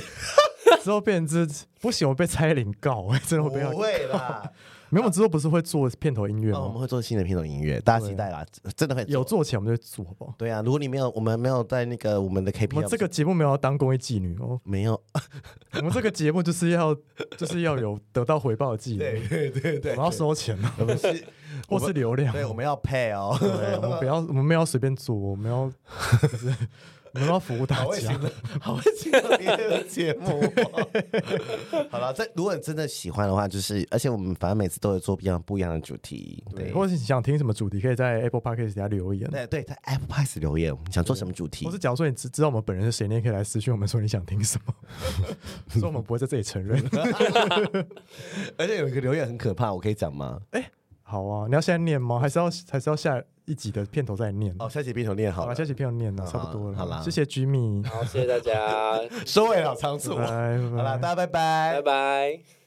A: 之后变成这不行，我被蔡依林告，哎真的会被她
B: 不。会 啦。
A: 没有，我们之后不是会做片头音乐
B: 哦哦我们
A: 吗？
B: 会做新的片头音乐，大家期待啦，真的会
A: 有。做起来我们就做，好不好？
B: 对啊，如果你没有，我们没有在那个我们的 KPI，
A: 我们这个节目没有要当公益妓女 哦，
B: 没有。
A: 我们这个节目就是要就是要有得到回报的妓 女，
B: 对对
A: 我
B: 对
A: 们要收钱哦，
B: 我们是，
A: 或是流量，
B: 对，我们要配哦。
A: 对，我们不要我们没有随便做，我们要 就是我们要服务大
B: 好会
A: 家
B: 请，好会请别的节目哦。好了，这如果你真的喜欢的话，就是而且我们反正每次都有做不一样不一样的主题，对
A: 对，或者你想听什么主题，可以在 Apple Podcast 底下留言，
B: 对对，在 Apple Podcast 留言，我们想做什么主题
A: 或是？假如说你知知道我们本人是谁，你也可以来私讯我们说你想听什 么，所以我们不会在这里承认。
B: 而且有一个留言很可怕，我可以讲吗？
A: 好啊，你要现在念吗？还是要还是要下一集的片头再念？
B: 哦，下集片头念好
A: 好
B: 了
A: 了，，下集片头念了，
B: 好
A: 差不多了，
B: 好啦
A: 谢谢 Jimmy，
C: 好，谢谢大家，
B: 收尾了，仓促。
A: 拜
B: 好
A: 拜
B: 了，大家拜拜
C: 拜。拜。